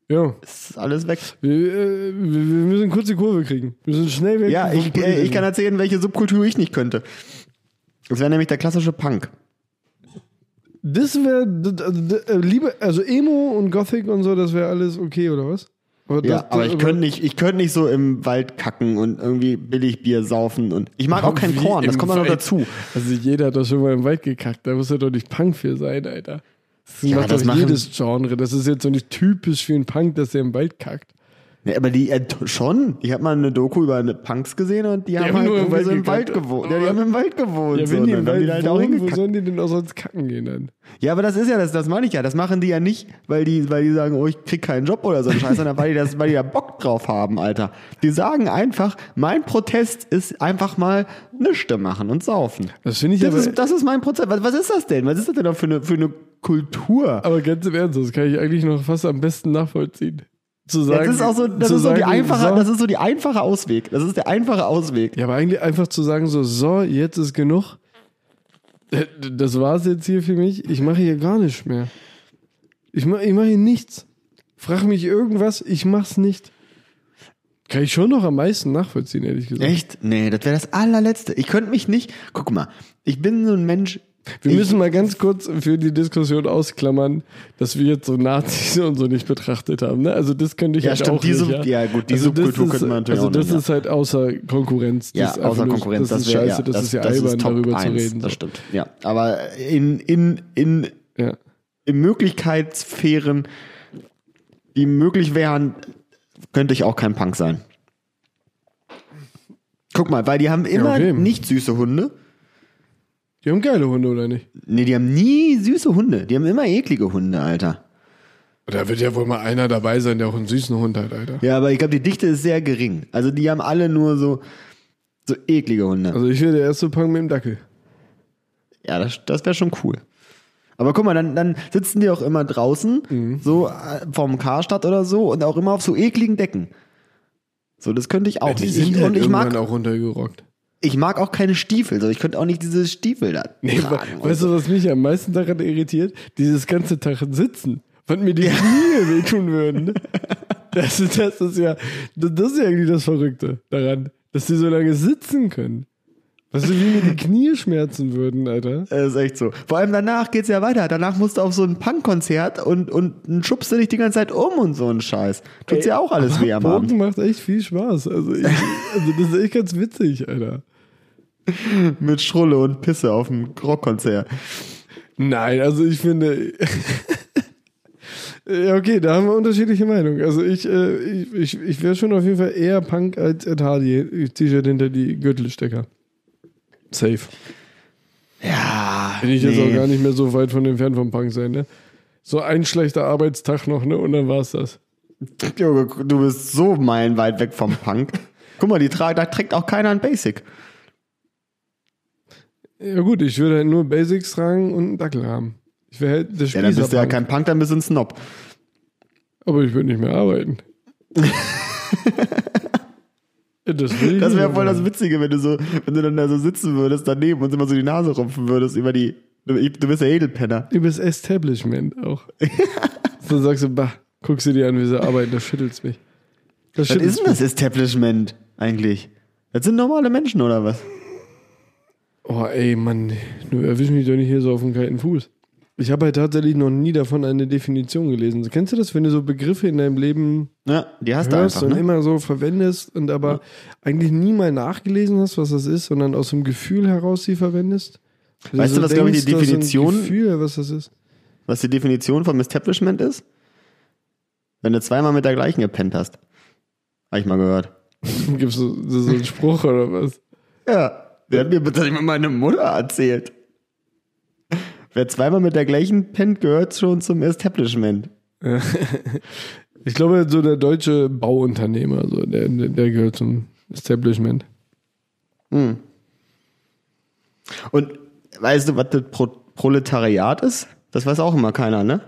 [SPEAKER 2] Ja.
[SPEAKER 1] Ist alles weg.
[SPEAKER 2] Wir, äh, wir wir müssen kurz die Kurve kriegen. Wir müssen schnell weg.
[SPEAKER 1] Ja,
[SPEAKER 2] vom
[SPEAKER 1] ich, äh,
[SPEAKER 2] Politischen.
[SPEAKER 1] ich kann erzählen, welche Subkultur ich nicht könnte. Das wäre nämlich der klassische Punk.
[SPEAKER 2] Das wäre lieber, also Emo und Gothic und so, das wäre alles okay, oder was?
[SPEAKER 1] Ja,
[SPEAKER 2] das-
[SPEAKER 1] aber ich könnte nicht, ich könnte nicht so im Wald kacken und irgendwie Billigbier saufen und ich mag auch kein
[SPEAKER 2] Wie
[SPEAKER 1] Korn, das
[SPEAKER 2] im
[SPEAKER 1] kommt noch
[SPEAKER 2] Wald.
[SPEAKER 1] dazu.
[SPEAKER 2] Also jeder hat doch schon mal im Wald gekackt, da muss er doch nicht Punk für sein, Alter. Das
[SPEAKER 1] Ja,
[SPEAKER 2] macht
[SPEAKER 1] das
[SPEAKER 2] doch
[SPEAKER 1] machen-
[SPEAKER 2] jedes Genre. Das ist jetzt so nicht typisch für einen Punk, dass er im Wald kackt.
[SPEAKER 1] Ja, aber die äh, t- schon. Ich habe mal eine Doku über eine Punks gesehen und die, haben
[SPEAKER 2] haben
[SPEAKER 1] halt
[SPEAKER 2] nur im
[SPEAKER 1] irgendwie so im
[SPEAKER 2] Wald
[SPEAKER 1] Wald
[SPEAKER 2] gekackt.
[SPEAKER 1] gewohnt. Ja, die haben im Wald gewohnt.
[SPEAKER 2] Ja,
[SPEAKER 1] so.
[SPEAKER 2] wenn
[SPEAKER 1] und
[SPEAKER 2] die
[SPEAKER 1] dann
[SPEAKER 2] im
[SPEAKER 1] haben
[SPEAKER 2] Wald
[SPEAKER 1] die da halt auch
[SPEAKER 2] wohnen, wo
[SPEAKER 1] hingekackt.
[SPEAKER 2] sollen die denn auch sonst kacken gehen dann?
[SPEAKER 1] Ja, aber das ist ja das, das meine ich ja. Das machen die ja nicht, weil die, weil die sagen, oh, ich krieg keinen Job oder so ein Scheiß, sondern weil die das, weil die da Bock drauf haben, Alter. Die sagen einfach, mein Protest ist einfach mal Nischte machen und saufen.
[SPEAKER 2] Das finde ich
[SPEAKER 1] Das
[SPEAKER 2] aber...
[SPEAKER 1] ist, das ist mein Prozess. Was, was ist das denn? Was ist das denn doch für eine, für eine Kultur?
[SPEAKER 2] aber ganz im Ernst, das kann ich eigentlich noch fast am besten nachvollziehen. Zu sagen,
[SPEAKER 1] Das ist auch so, das
[SPEAKER 2] zu
[SPEAKER 1] ist so, die
[SPEAKER 2] sagen,
[SPEAKER 1] einfache,
[SPEAKER 2] so-
[SPEAKER 1] das ist so die einfache Ausweg. Das ist der einfache Ausweg.
[SPEAKER 2] Ja, aber eigentlich einfach zu sagen, so, so, jetzt ist genug. D- d- Das war's jetzt hier für mich. Ich mache hier gar nichts mehr. Ich mache ich mach hier nichts. Frag mich irgendwas, ich mach's nicht. Kann ich schon noch am meisten nachvollziehen, ehrlich gesagt.
[SPEAKER 1] Echt? Nee, das wäre das allerletzte. Ich könnte mich nicht. Guck mal, ich bin so ein Mensch.
[SPEAKER 2] Wir
[SPEAKER 1] ich,
[SPEAKER 2] müssen mal ganz kurz für die Diskussion ausklammern, dass wir jetzt so Nazis und so nicht betrachtet haben. Ne? Also das könnte ich
[SPEAKER 1] Ja,
[SPEAKER 2] halt
[SPEAKER 1] stimmt,
[SPEAKER 2] auch
[SPEAKER 1] die Sub-
[SPEAKER 2] nicht. Ja,
[SPEAKER 1] ja, gut, die
[SPEAKER 2] also das
[SPEAKER 1] Subkultur
[SPEAKER 2] ist-
[SPEAKER 1] könnte man natürlich
[SPEAKER 2] Also
[SPEAKER 1] auch
[SPEAKER 2] das
[SPEAKER 1] nehmen,
[SPEAKER 2] ist halt außer Konkurrenz. Das
[SPEAKER 1] Ja,
[SPEAKER 2] ist einfach
[SPEAKER 1] außer
[SPEAKER 2] nur-
[SPEAKER 1] Konkurrenz,
[SPEAKER 2] Das
[SPEAKER 1] das
[SPEAKER 2] ist
[SPEAKER 1] wäre
[SPEAKER 2] scheiße,
[SPEAKER 1] ja,
[SPEAKER 2] das ist ja albern,
[SPEAKER 1] Top
[SPEAKER 2] darüber zu
[SPEAKER 1] 1,
[SPEAKER 2] reden.
[SPEAKER 1] Das
[SPEAKER 2] so.
[SPEAKER 1] stimmt. Ja, aber in in in
[SPEAKER 2] Ja.
[SPEAKER 1] in Möglichkeitssphären, die möglich wären, könnte ich auch kein Punk sein. Guck mal, weil die haben immer
[SPEAKER 2] okay.
[SPEAKER 1] nicht süße Hunde.
[SPEAKER 2] Die haben geile Hunde, oder nicht?
[SPEAKER 1] Nee, die haben nie süße Hunde. Die haben immer eklige Hunde, Alter.
[SPEAKER 2] Da wird ja wohl mal einer dabei sein, der auch einen süßen Hund hat, Alter.
[SPEAKER 1] Ja, aber ich glaube, die Dichte ist sehr gering. Also die haben alle nur so, so eklige Hunde.
[SPEAKER 2] Also ich wäre der erste Punk mit dem Dackel.
[SPEAKER 1] Ja, das, das wäre schon cool. Aber guck mal, dann, dann sitzen die auch immer draußen,
[SPEAKER 2] Mhm.
[SPEAKER 1] so äh, vom Karstadt oder so, und auch immer auf so ekligen Decken. So, das könnte ich auch
[SPEAKER 2] die
[SPEAKER 1] nicht.
[SPEAKER 2] sind
[SPEAKER 1] ich,
[SPEAKER 2] halt
[SPEAKER 1] und ich
[SPEAKER 2] irgendwann
[SPEAKER 1] mag,
[SPEAKER 2] auch runtergerockt.
[SPEAKER 1] ich mag auch keine Stiefel. So, ich könnte auch nicht diese Stiefel da tragen.
[SPEAKER 2] weißt du, was mich am meisten daran irritiert? Dieses ganze Tag sitzen. Wann mir die Knie wehtun würden. ne? Das, ist- das ist ja, das ist ja irgendwie das Verrückte daran, dass die so lange sitzen können. Weißt du, wie mir die Knie schmerzen würden, Alter.
[SPEAKER 1] Das ist echt so. Vor allem danach geht's ja weiter. Danach musst du auf so ein Punk-Konzert und, und dann schubst du dich die ganze Zeit um und so ein Scheiß. Tut's ja auch alles weh am Abend.
[SPEAKER 2] Bogen macht echt viel Spaß. Also, ich, also das ist echt ganz witzig, Alter.
[SPEAKER 1] Mit Schrulle und Pisse auf dem Rockkonzert.
[SPEAKER 2] Nein, also ich finde. ja, okay, da haben wir unterschiedliche Meinungen. Also ich, äh, ich, ich, ich wäre schon auf jeden Fall eher Punk als Ed Hardy. T-Shirt hinter die Gürtelstecker. Safe.
[SPEAKER 1] Ja.
[SPEAKER 2] Bin ich jetzt
[SPEAKER 1] nee.
[SPEAKER 2] auch gar nicht mehr so weit von entfernt vom Punk sein, ne? So ein schlechter Arbeitstag noch, ne? Und dann war's das.
[SPEAKER 1] Junge, du bist so meilenweit weg vom Punk. Guck mal, die tra da trägt auch keiner ein Basic.
[SPEAKER 2] Ja gut, ich würde halt nur Basics tragen und einen Dackel haben. Ich wäre halt der
[SPEAKER 1] Ja,
[SPEAKER 2] Spießer
[SPEAKER 1] dann bist du ja
[SPEAKER 2] Punk.
[SPEAKER 1] kein Punk, dann bist du ein Snob.
[SPEAKER 2] Aber ich würde nicht mehr arbeiten. Ja, das will ich
[SPEAKER 1] Das
[SPEAKER 2] nicht
[SPEAKER 1] wäre
[SPEAKER 2] mehr
[SPEAKER 1] voll
[SPEAKER 2] machen.
[SPEAKER 1] das Witzige, wenn du so, wenn du dann da so sitzen würdest daneben und immer so die Nase rupfen würdest über die. Du, ich- du bist ja Edelpenner.
[SPEAKER 2] Übers Establishment auch. so sagst du, bah, guckst du dir an, wie sie arbeiten, das schüttelst mich. Das
[SPEAKER 1] Was ist
[SPEAKER 2] schüttelst
[SPEAKER 1] denn das Establishment eigentlich? Das sind normale Menschen, oder was?
[SPEAKER 2] Oh, ey, Mann, du erwisch mich doch nicht hier so auf dem kalten Fuß. Ich habe halt tatsächlich noch nie davon eine Definition gelesen. Kennst du das, wenn du so Begriffe in deinem Leben
[SPEAKER 1] Ja, die hast du
[SPEAKER 2] hörst
[SPEAKER 1] einfach,
[SPEAKER 2] und
[SPEAKER 1] ne?
[SPEAKER 2] immer so verwendest und aber eigentlich nie mal nachgelesen hast, was das ist, sondern aus dem Gefühl heraus sie verwendest? Weil
[SPEAKER 1] Weißt du, was, glaub ich, die
[SPEAKER 2] denkst, das ist ein
[SPEAKER 1] Definition-
[SPEAKER 2] Gefühl, was das ist?
[SPEAKER 1] Was die Definition von Establishment ist? Wenn du zweimal mit der gleichen gepennt hast. Habe ich mal gehört.
[SPEAKER 2] Gibt es so, so einen Spruch oder was?
[SPEAKER 1] Ja, der hat mir tatsächlich mal meine Mutter erzählt. Wer zweimal mit der gleichen pennt, gehört schon zum Establishment.
[SPEAKER 2] Ich glaube, so der deutsche Bauunternehmer, so, der, der- der gehört zum Establishment.
[SPEAKER 1] Und weißt du, was das Pro Proletariat ist? Das weiß auch immer keiner, ne?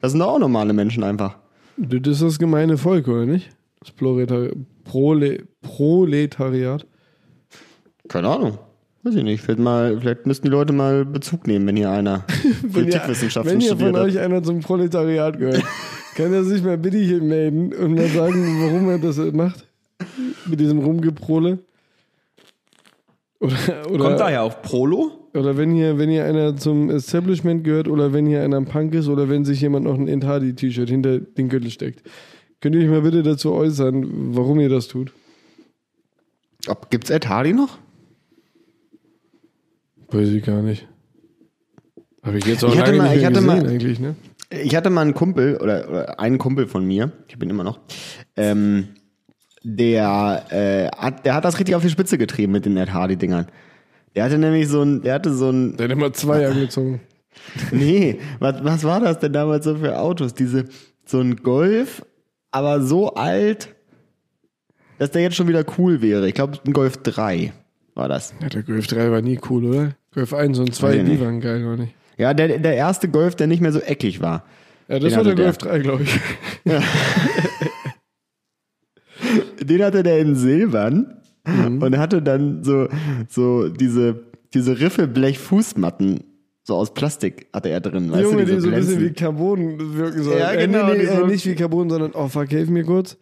[SPEAKER 1] Das sind doch auch normale Menschen einfach.
[SPEAKER 2] Das ist das gemeine Volk, oder nicht? Das Proletar Prole Proletariat.
[SPEAKER 1] Keine Ahnung. Weiß ich nicht. Vielleicht, mal, vielleicht müssten die Leute mal Bezug nehmen, wenn hier einer Politikwissenschaften
[SPEAKER 2] wenn ihr
[SPEAKER 1] studiert
[SPEAKER 2] von
[SPEAKER 1] hat.
[SPEAKER 2] euch einer zum Proletariat gehört, kann er sich mal bitte hier melden und mal sagen, warum er das macht? Mit diesem Rumgeprole? Oder, oder,
[SPEAKER 4] Kommt daher auf Prolo?
[SPEAKER 2] oder wenn hier, wenn hier einer zum Establishment gehört oder wenn hier einer ein Punk ist oder wenn sich jemand noch ein Enthardy-T-Shirt hinter den Gürtel steckt. Könnt ihr euch mal bitte dazu äußern, warum ihr das tut?
[SPEAKER 1] Ob, gibt's Ed Hardy noch?
[SPEAKER 2] Weiß ich gar nicht. Habe ich jetzt auch
[SPEAKER 1] Ich hatte
[SPEAKER 2] lange
[SPEAKER 1] mal-
[SPEAKER 2] nicht
[SPEAKER 1] ich
[SPEAKER 2] mehr
[SPEAKER 1] hatte
[SPEAKER 2] gesehen
[SPEAKER 1] mal-
[SPEAKER 2] eigentlich, ne?
[SPEAKER 1] Ich hatte mal einen Kumpel oder, oder einen Kumpel von mir, ich bin immer noch, ähm, der, äh, hat, der hat das richtig auf die Spitze getrieben mit den Ed Hardy-Dingern. Der hatte nämlich so ein, der hatte so ein,
[SPEAKER 2] Der hat immer zwei angezogen.
[SPEAKER 1] nee, was, was war das denn damals so für Autos? Diese, so ein Golf, aber so alt, dass der jetzt schon wieder cool wäre. Ich glaube, ein Golf 3 war das.
[SPEAKER 2] Ja, der Golf 3 war nie cool, oder? Golf 1 und 2,
[SPEAKER 1] Weiß ich
[SPEAKER 2] die
[SPEAKER 1] nicht.
[SPEAKER 2] waren geil, oder nicht?
[SPEAKER 1] Ja, der, der erste Golf, der nicht mehr so eckig war.
[SPEAKER 2] Ja, das
[SPEAKER 1] Den
[SPEAKER 2] war der
[SPEAKER 1] hatte
[SPEAKER 2] Golf
[SPEAKER 1] der.
[SPEAKER 2] 3, glaube ich.
[SPEAKER 1] den hatte der in Silbern
[SPEAKER 2] Mhm.
[SPEAKER 1] und hatte dann so, so diese, diese Riffelblech-Fußmatten, so aus Plastik hatte er drin. Weißt
[SPEAKER 2] Junge,
[SPEAKER 1] du,
[SPEAKER 2] die so ein bisschen wie
[SPEAKER 1] glänzen.
[SPEAKER 2] Carbon wirken sollen.
[SPEAKER 1] Ja,
[SPEAKER 2] Äh,
[SPEAKER 1] genau,
[SPEAKER 2] Nee, nee,
[SPEAKER 1] die so-
[SPEAKER 2] äh, nicht wie Carbon, sondern, oh fuck, hilf mir kurz.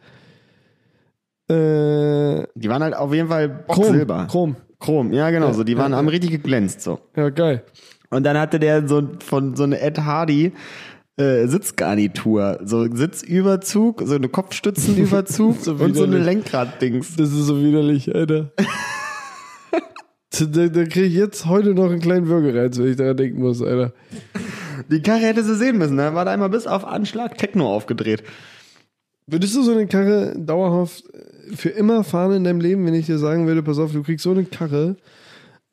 [SPEAKER 2] Äh,
[SPEAKER 1] die waren halt auf jeden Fall Bock
[SPEAKER 2] Chrom.
[SPEAKER 1] Silber.
[SPEAKER 2] Chrom.
[SPEAKER 1] Chrom, ja genau, so die
[SPEAKER 2] ja,
[SPEAKER 1] waren
[SPEAKER 2] ja.
[SPEAKER 1] haben richtig geglänzt so.
[SPEAKER 2] Ja, geil.
[SPEAKER 1] Und dann hatte der so von so eine Ed Hardy äh, Sitzgarnitur, so Sitzüberzug, so eine Kopfstützenüberzug
[SPEAKER 2] So
[SPEAKER 1] und so eine
[SPEAKER 2] widerlich.
[SPEAKER 1] Lenkraddings.
[SPEAKER 2] Das ist so widerlich, Alter. da da kriege ich jetzt heute noch einen kleinen Würgereiz, wenn ich daran denken muss, Alter.
[SPEAKER 1] Die Karre hätte sie sehen müssen, da war da einmal bis auf Anschlag Techno aufgedreht.
[SPEAKER 2] Würdest du so eine Karre dauerhaft äh, für immer fahren in deinem Leben, wenn ich dir sagen würde, pass auf, du kriegst so eine Karre,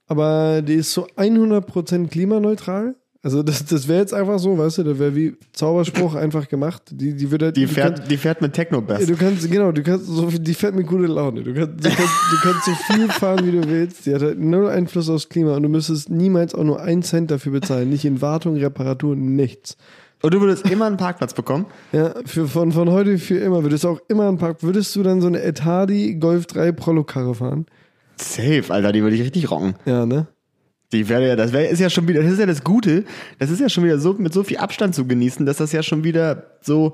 [SPEAKER 2] aber die ist so 100% klimaneutral? Also das, das wäre jetzt einfach so, weißt du, das wäre wie Zauberspruch einfach gemacht. Die, die würde
[SPEAKER 1] Die
[SPEAKER 2] du
[SPEAKER 1] fährt, die fährt mit Techno
[SPEAKER 2] Kannst,
[SPEAKER 1] best.
[SPEAKER 2] du kannst, genau, du kannst so viel, die fährt mit gute Laune. Du kannst, du, kannst, du kannst so viel fahren, wie du willst. Die hat halt null Einfluss aufs Klima und du müsstest niemals auch nur einen Cent dafür bezahlen. Nicht in Wartung, Reparatur, nichts.
[SPEAKER 1] Und du würdest immer einen Parkplatz bekommen.
[SPEAKER 2] Ja, für, von, von heute für immer. Würdest du auch immer einen Park, würdest du dann so eine Etadi Golf 3 Prolo-Karre fahren?
[SPEAKER 1] Safe, Alter, die würde ich richtig rocken.
[SPEAKER 2] Ja, ne?
[SPEAKER 1] Die wäre ja, das wär, ist ja schon wieder, das ist ja das Gute, das ist ja schon wieder so mit so viel Abstand zu genießen, dass das ja schon wieder so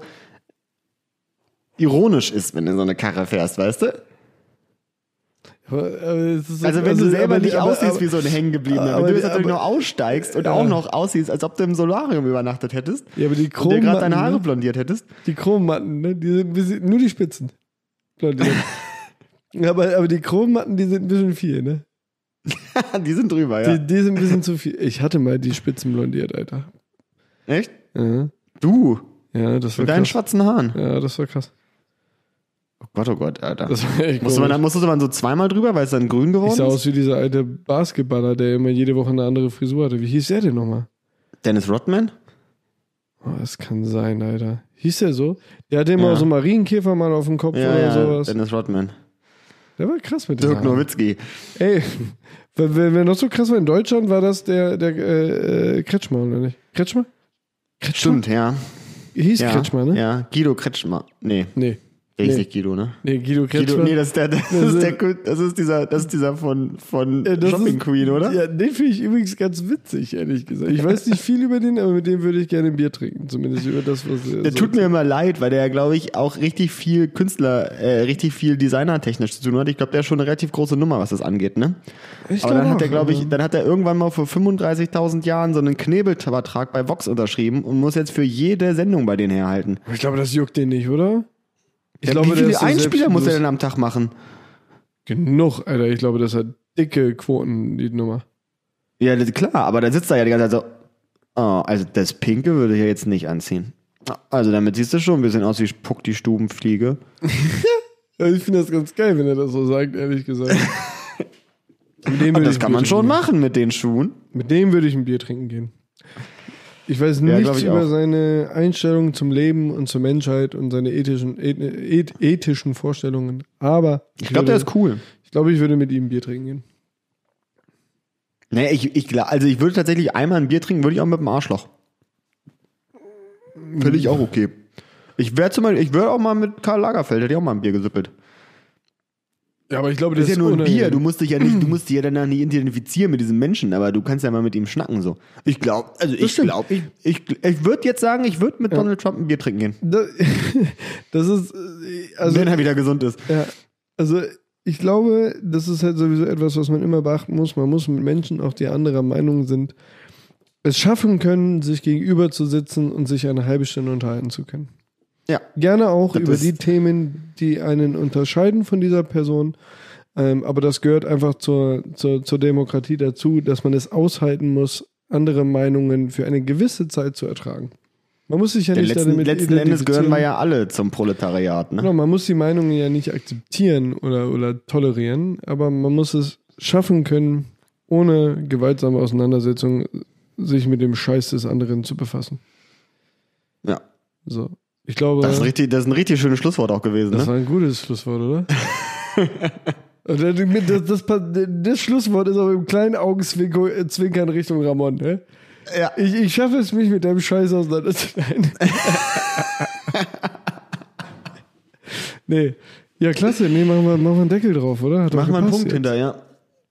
[SPEAKER 1] ironisch ist, wenn du so eine Karre fährst, weißt du?
[SPEAKER 2] Aber, aber es ist so-
[SPEAKER 1] Also wenn du selber
[SPEAKER 2] aber-
[SPEAKER 1] nicht
[SPEAKER 2] aber-
[SPEAKER 1] aussiehst
[SPEAKER 2] aber-
[SPEAKER 1] wie so ein Hängengebliebener, wenn
[SPEAKER 2] aber-
[SPEAKER 1] du jetzt natürlich
[SPEAKER 2] aber-
[SPEAKER 1] noch aussteigst und auch noch aussiehst, als ob du im Solarium übernachtet hättest
[SPEAKER 2] Ja, aber die
[SPEAKER 1] und dir gerade
[SPEAKER 2] Chrommatten,
[SPEAKER 1] deine Haare
[SPEAKER 2] ne?
[SPEAKER 1] blondiert hättest.
[SPEAKER 2] die Chrommatten, ne? Die sind ein bisschen, nur die Spitzen. Blondiert. aber, aber die Chrommatten, die sind ein bisschen viel, ne?
[SPEAKER 1] Die sind drüber, ja.
[SPEAKER 2] Die, die sind ein bisschen zu viel. Ich hatte mal die Spitzen blondiert, Alter.
[SPEAKER 1] Echt?
[SPEAKER 2] Ja,
[SPEAKER 1] Du,
[SPEAKER 2] ja das war
[SPEAKER 1] mit deinen
[SPEAKER 2] krass.
[SPEAKER 1] schwarzen Haaren.
[SPEAKER 2] Ja, das war krass.
[SPEAKER 1] Oh Gott, oh Gott, Alter.
[SPEAKER 2] Das war echt
[SPEAKER 1] Musste
[SPEAKER 2] komisch.
[SPEAKER 1] man, musstest du dann so zweimal drüber, weil es dann grün geworden
[SPEAKER 2] Ich sah
[SPEAKER 1] ist?
[SPEAKER 2] aus wie dieser alte Basketballer, der immer jede Woche eine andere Frisur hatte. Wie hieß der denn nochmal?
[SPEAKER 1] Dennis Rodman?
[SPEAKER 2] Oh, das kann sein, Alter. Hieß der so? Der hatte immer
[SPEAKER 1] Ja.
[SPEAKER 2] so Marienkäfer mal auf dem Kopf oder sowas.
[SPEAKER 1] Dennis Rodman.
[SPEAKER 2] Der war krass mit dem.
[SPEAKER 1] Dirk
[SPEAKER 2] Haaren.
[SPEAKER 1] Nowitzki.
[SPEAKER 2] Ey, wenn, wenn wenn noch so krass war in Deutschland, war das der, der äh, äh, Kretschmer, oder nicht? Kretschmer?
[SPEAKER 1] Stimmt, ja.
[SPEAKER 2] Hieß
[SPEAKER 1] ja.
[SPEAKER 2] Kretschmer, ne?
[SPEAKER 1] Ja, Guido Kretschmer. Nee,
[SPEAKER 2] Nee.
[SPEAKER 1] Der hieß
[SPEAKER 2] Nee.
[SPEAKER 1] nicht Guido, ne?
[SPEAKER 2] Nee, Guido
[SPEAKER 1] Guido,
[SPEAKER 2] Kretschmer.
[SPEAKER 1] nee, das ist der, das
[SPEAKER 2] Das
[SPEAKER 1] ist
[SPEAKER 2] ist-
[SPEAKER 1] der, Kult- das ist dieser, das ist dieser von, von
[SPEAKER 2] Ja, Äh, das
[SPEAKER 1] Shopping
[SPEAKER 2] ist-
[SPEAKER 1] Queen, oder?
[SPEAKER 2] Ja, den finde ich übrigens ganz witzig, ehrlich gesagt. Ich weiß nicht viel über den, aber mit dem würde ich gerne ein Bier trinken. Zumindest über das, was er
[SPEAKER 1] Der
[SPEAKER 2] so-
[SPEAKER 1] tut mir immer leid, weil der, glaube ich, auch richtig viel Künstler, äh, richtig viel designertechnisch zu tun hat. Ich glaube, der ist schon eine relativ große Nummer, was das angeht, ne?
[SPEAKER 2] Ich
[SPEAKER 1] Aber
[SPEAKER 2] glaub
[SPEAKER 1] dann hat er,
[SPEAKER 2] auch,
[SPEAKER 1] glaube
[SPEAKER 2] ja.
[SPEAKER 1] ich, dann hat er irgendwann mal vor 35.000 Jahren so einen Knebelvertrag bei Vox unterschrieben und muss jetzt für jede Sendung bei denen herhalten.
[SPEAKER 2] Ich glaube, das juckt den nicht, oder? Ich
[SPEAKER 1] Ja,
[SPEAKER 2] glaube,
[SPEAKER 1] Wie
[SPEAKER 2] der
[SPEAKER 1] viele
[SPEAKER 2] ist so
[SPEAKER 1] Einspieler muss er denn
[SPEAKER 2] selbstbewusst.
[SPEAKER 1] am Tag machen?
[SPEAKER 2] Genug, Alter. Ich glaube, das hat dicke Quoten, die Nummer.
[SPEAKER 1] Ja, das, klar, aber dann sitzt er ja die ganze Zeit so, oh, also das Pinke würde ich ja jetzt nicht anziehen. Also damit siehst du schon ein bisschen aus wie Puck die Stubenfliege.
[SPEAKER 2] Ja, ich finde das ganz geil, wenn er das so sagt, ehrlich gesagt. Mit dem würde ich
[SPEAKER 1] Das
[SPEAKER 2] ein
[SPEAKER 1] kann
[SPEAKER 2] Bier
[SPEAKER 1] man schon
[SPEAKER 2] trinken
[SPEAKER 1] machen mit den Schuhen.
[SPEAKER 2] gehen. Mit dem würde ich ein Bier trinken gehen. Ich weiß
[SPEAKER 1] Ja, glaub
[SPEAKER 2] nichts
[SPEAKER 1] ich
[SPEAKER 2] über
[SPEAKER 1] auch.
[SPEAKER 2] seine Einstellung zum Leben und zur Menschheit und seine ethischen, eth eth ethischen Vorstellungen, aber
[SPEAKER 1] Ich glaube, der
[SPEAKER 2] würde-
[SPEAKER 1] ist cool.
[SPEAKER 2] Ich glaube, ich würde mit ihm ein Bier trinken gehen.
[SPEAKER 1] Nee, ich, ich, gla- also ich würde tatsächlich einmal ein Bier trinken, würde ich auch mit dem Arschloch. Finde ich auch okay. Ich wäre zum Beispiel, ich würde auch mal mit Karl Lagerfeld, hätte ich auch mal ein Bier gesüppelt.
[SPEAKER 2] Ja, aber ich glaube,
[SPEAKER 1] Das ist ja nur ein
[SPEAKER 2] unangenehm.
[SPEAKER 1] Bier, du musst dich ja nicht, du musst dich ja danach nicht identifizieren mit diesem Menschen, aber du kannst ja mal mit ihm schnacken so. Ich glaube, also ich
[SPEAKER 2] stimmt.
[SPEAKER 1] glaube, ich, ich, ich würde jetzt sagen, ich würde mit Donald Trump ein Bier trinken gehen.
[SPEAKER 2] Das, das ist, äh, also,
[SPEAKER 1] wenn er wieder gesund ist.
[SPEAKER 2] ja, also ich glaube, das ist halt sowieso etwas, was man immer beachten muss. Man muss mit Menschen, auch die anderer Meinung sind, es schaffen können, sich gegenüber zu sitzen und sich eine halbe Stunde unterhalten zu können.
[SPEAKER 1] Ja.
[SPEAKER 2] Gerne auch
[SPEAKER 1] Das
[SPEAKER 2] über
[SPEAKER 1] ist-
[SPEAKER 2] die Themen, die einen unterscheiden von dieser Person. Ähm, aber das gehört einfach zur, zur, zur Demokratie dazu, dass man es aushalten muss, andere Meinungen für eine gewisse Zeit zu ertragen. Man muss sich ja
[SPEAKER 1] Denn
[SPEAKER 2] nicht
[SPEAKER 1] letzten,
[SPEAKER 2] damit
[SPEAKER 1] letzten Endes gehören
[SPEAKER 2] identifizieren.
[SPEAKER 1] wir ja alle zum Proletariat, ne?
[SPEAKER 2] Genau, man muss die Meinungen ja nicht akzeptieren oder, oder tolerieren, aber man muss es schaffen können, ohne gewaltsame Auseinandersetzung sich mit dem Scheiß des anderen zu befassen.
[SPEAKER 1] Ja.
[SPEAKER 2] So. Ich glaube,
[SPEAKER 1] Das ist, richtig, das ist ein richtig schönes Schlusswort auch gewesen,
[SPEAKER 2] das
[SPEAKER 1] ne?
[SPEAKER 2] war ein gutes Schlusswort, oder? Oder das, das, das, das Schlusswort ist aber im kleinen Augenzwinkern äh, Richtung Ramon. Ne?
[SPEAKER 1] Ja.
[SPEAKER 2] Ich, ich schaffe es, mich mit deinem Scheiß auseinanderzuhalten. nee. Ja, klasse. Nee, machen wir, machen wir einen Deckel drauf, oder? Hat doch
[SPEAKER 1] Mach mal einen
[SPEAKER 2] gepasst
[SPEAKER 1] Punkt hinter, ja.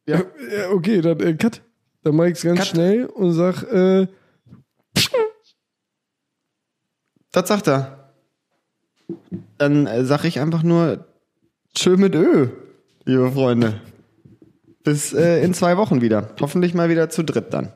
[SPEAKER 2] jetzt. Ja, ja, okay, dann äh, cut. Dann mach ich's ganz
[SPEAKER 1] Cut.
[SPEAKER 2] schnell und sag, äh,
[SPEAKER 1] Das sagt er. Dann äh, sag ich einfach nur Tschö mit Ö, liebe Freunde. Bis äh, in zwei Wochen wieder. Hoffentlich mal wieder zu dritt dann.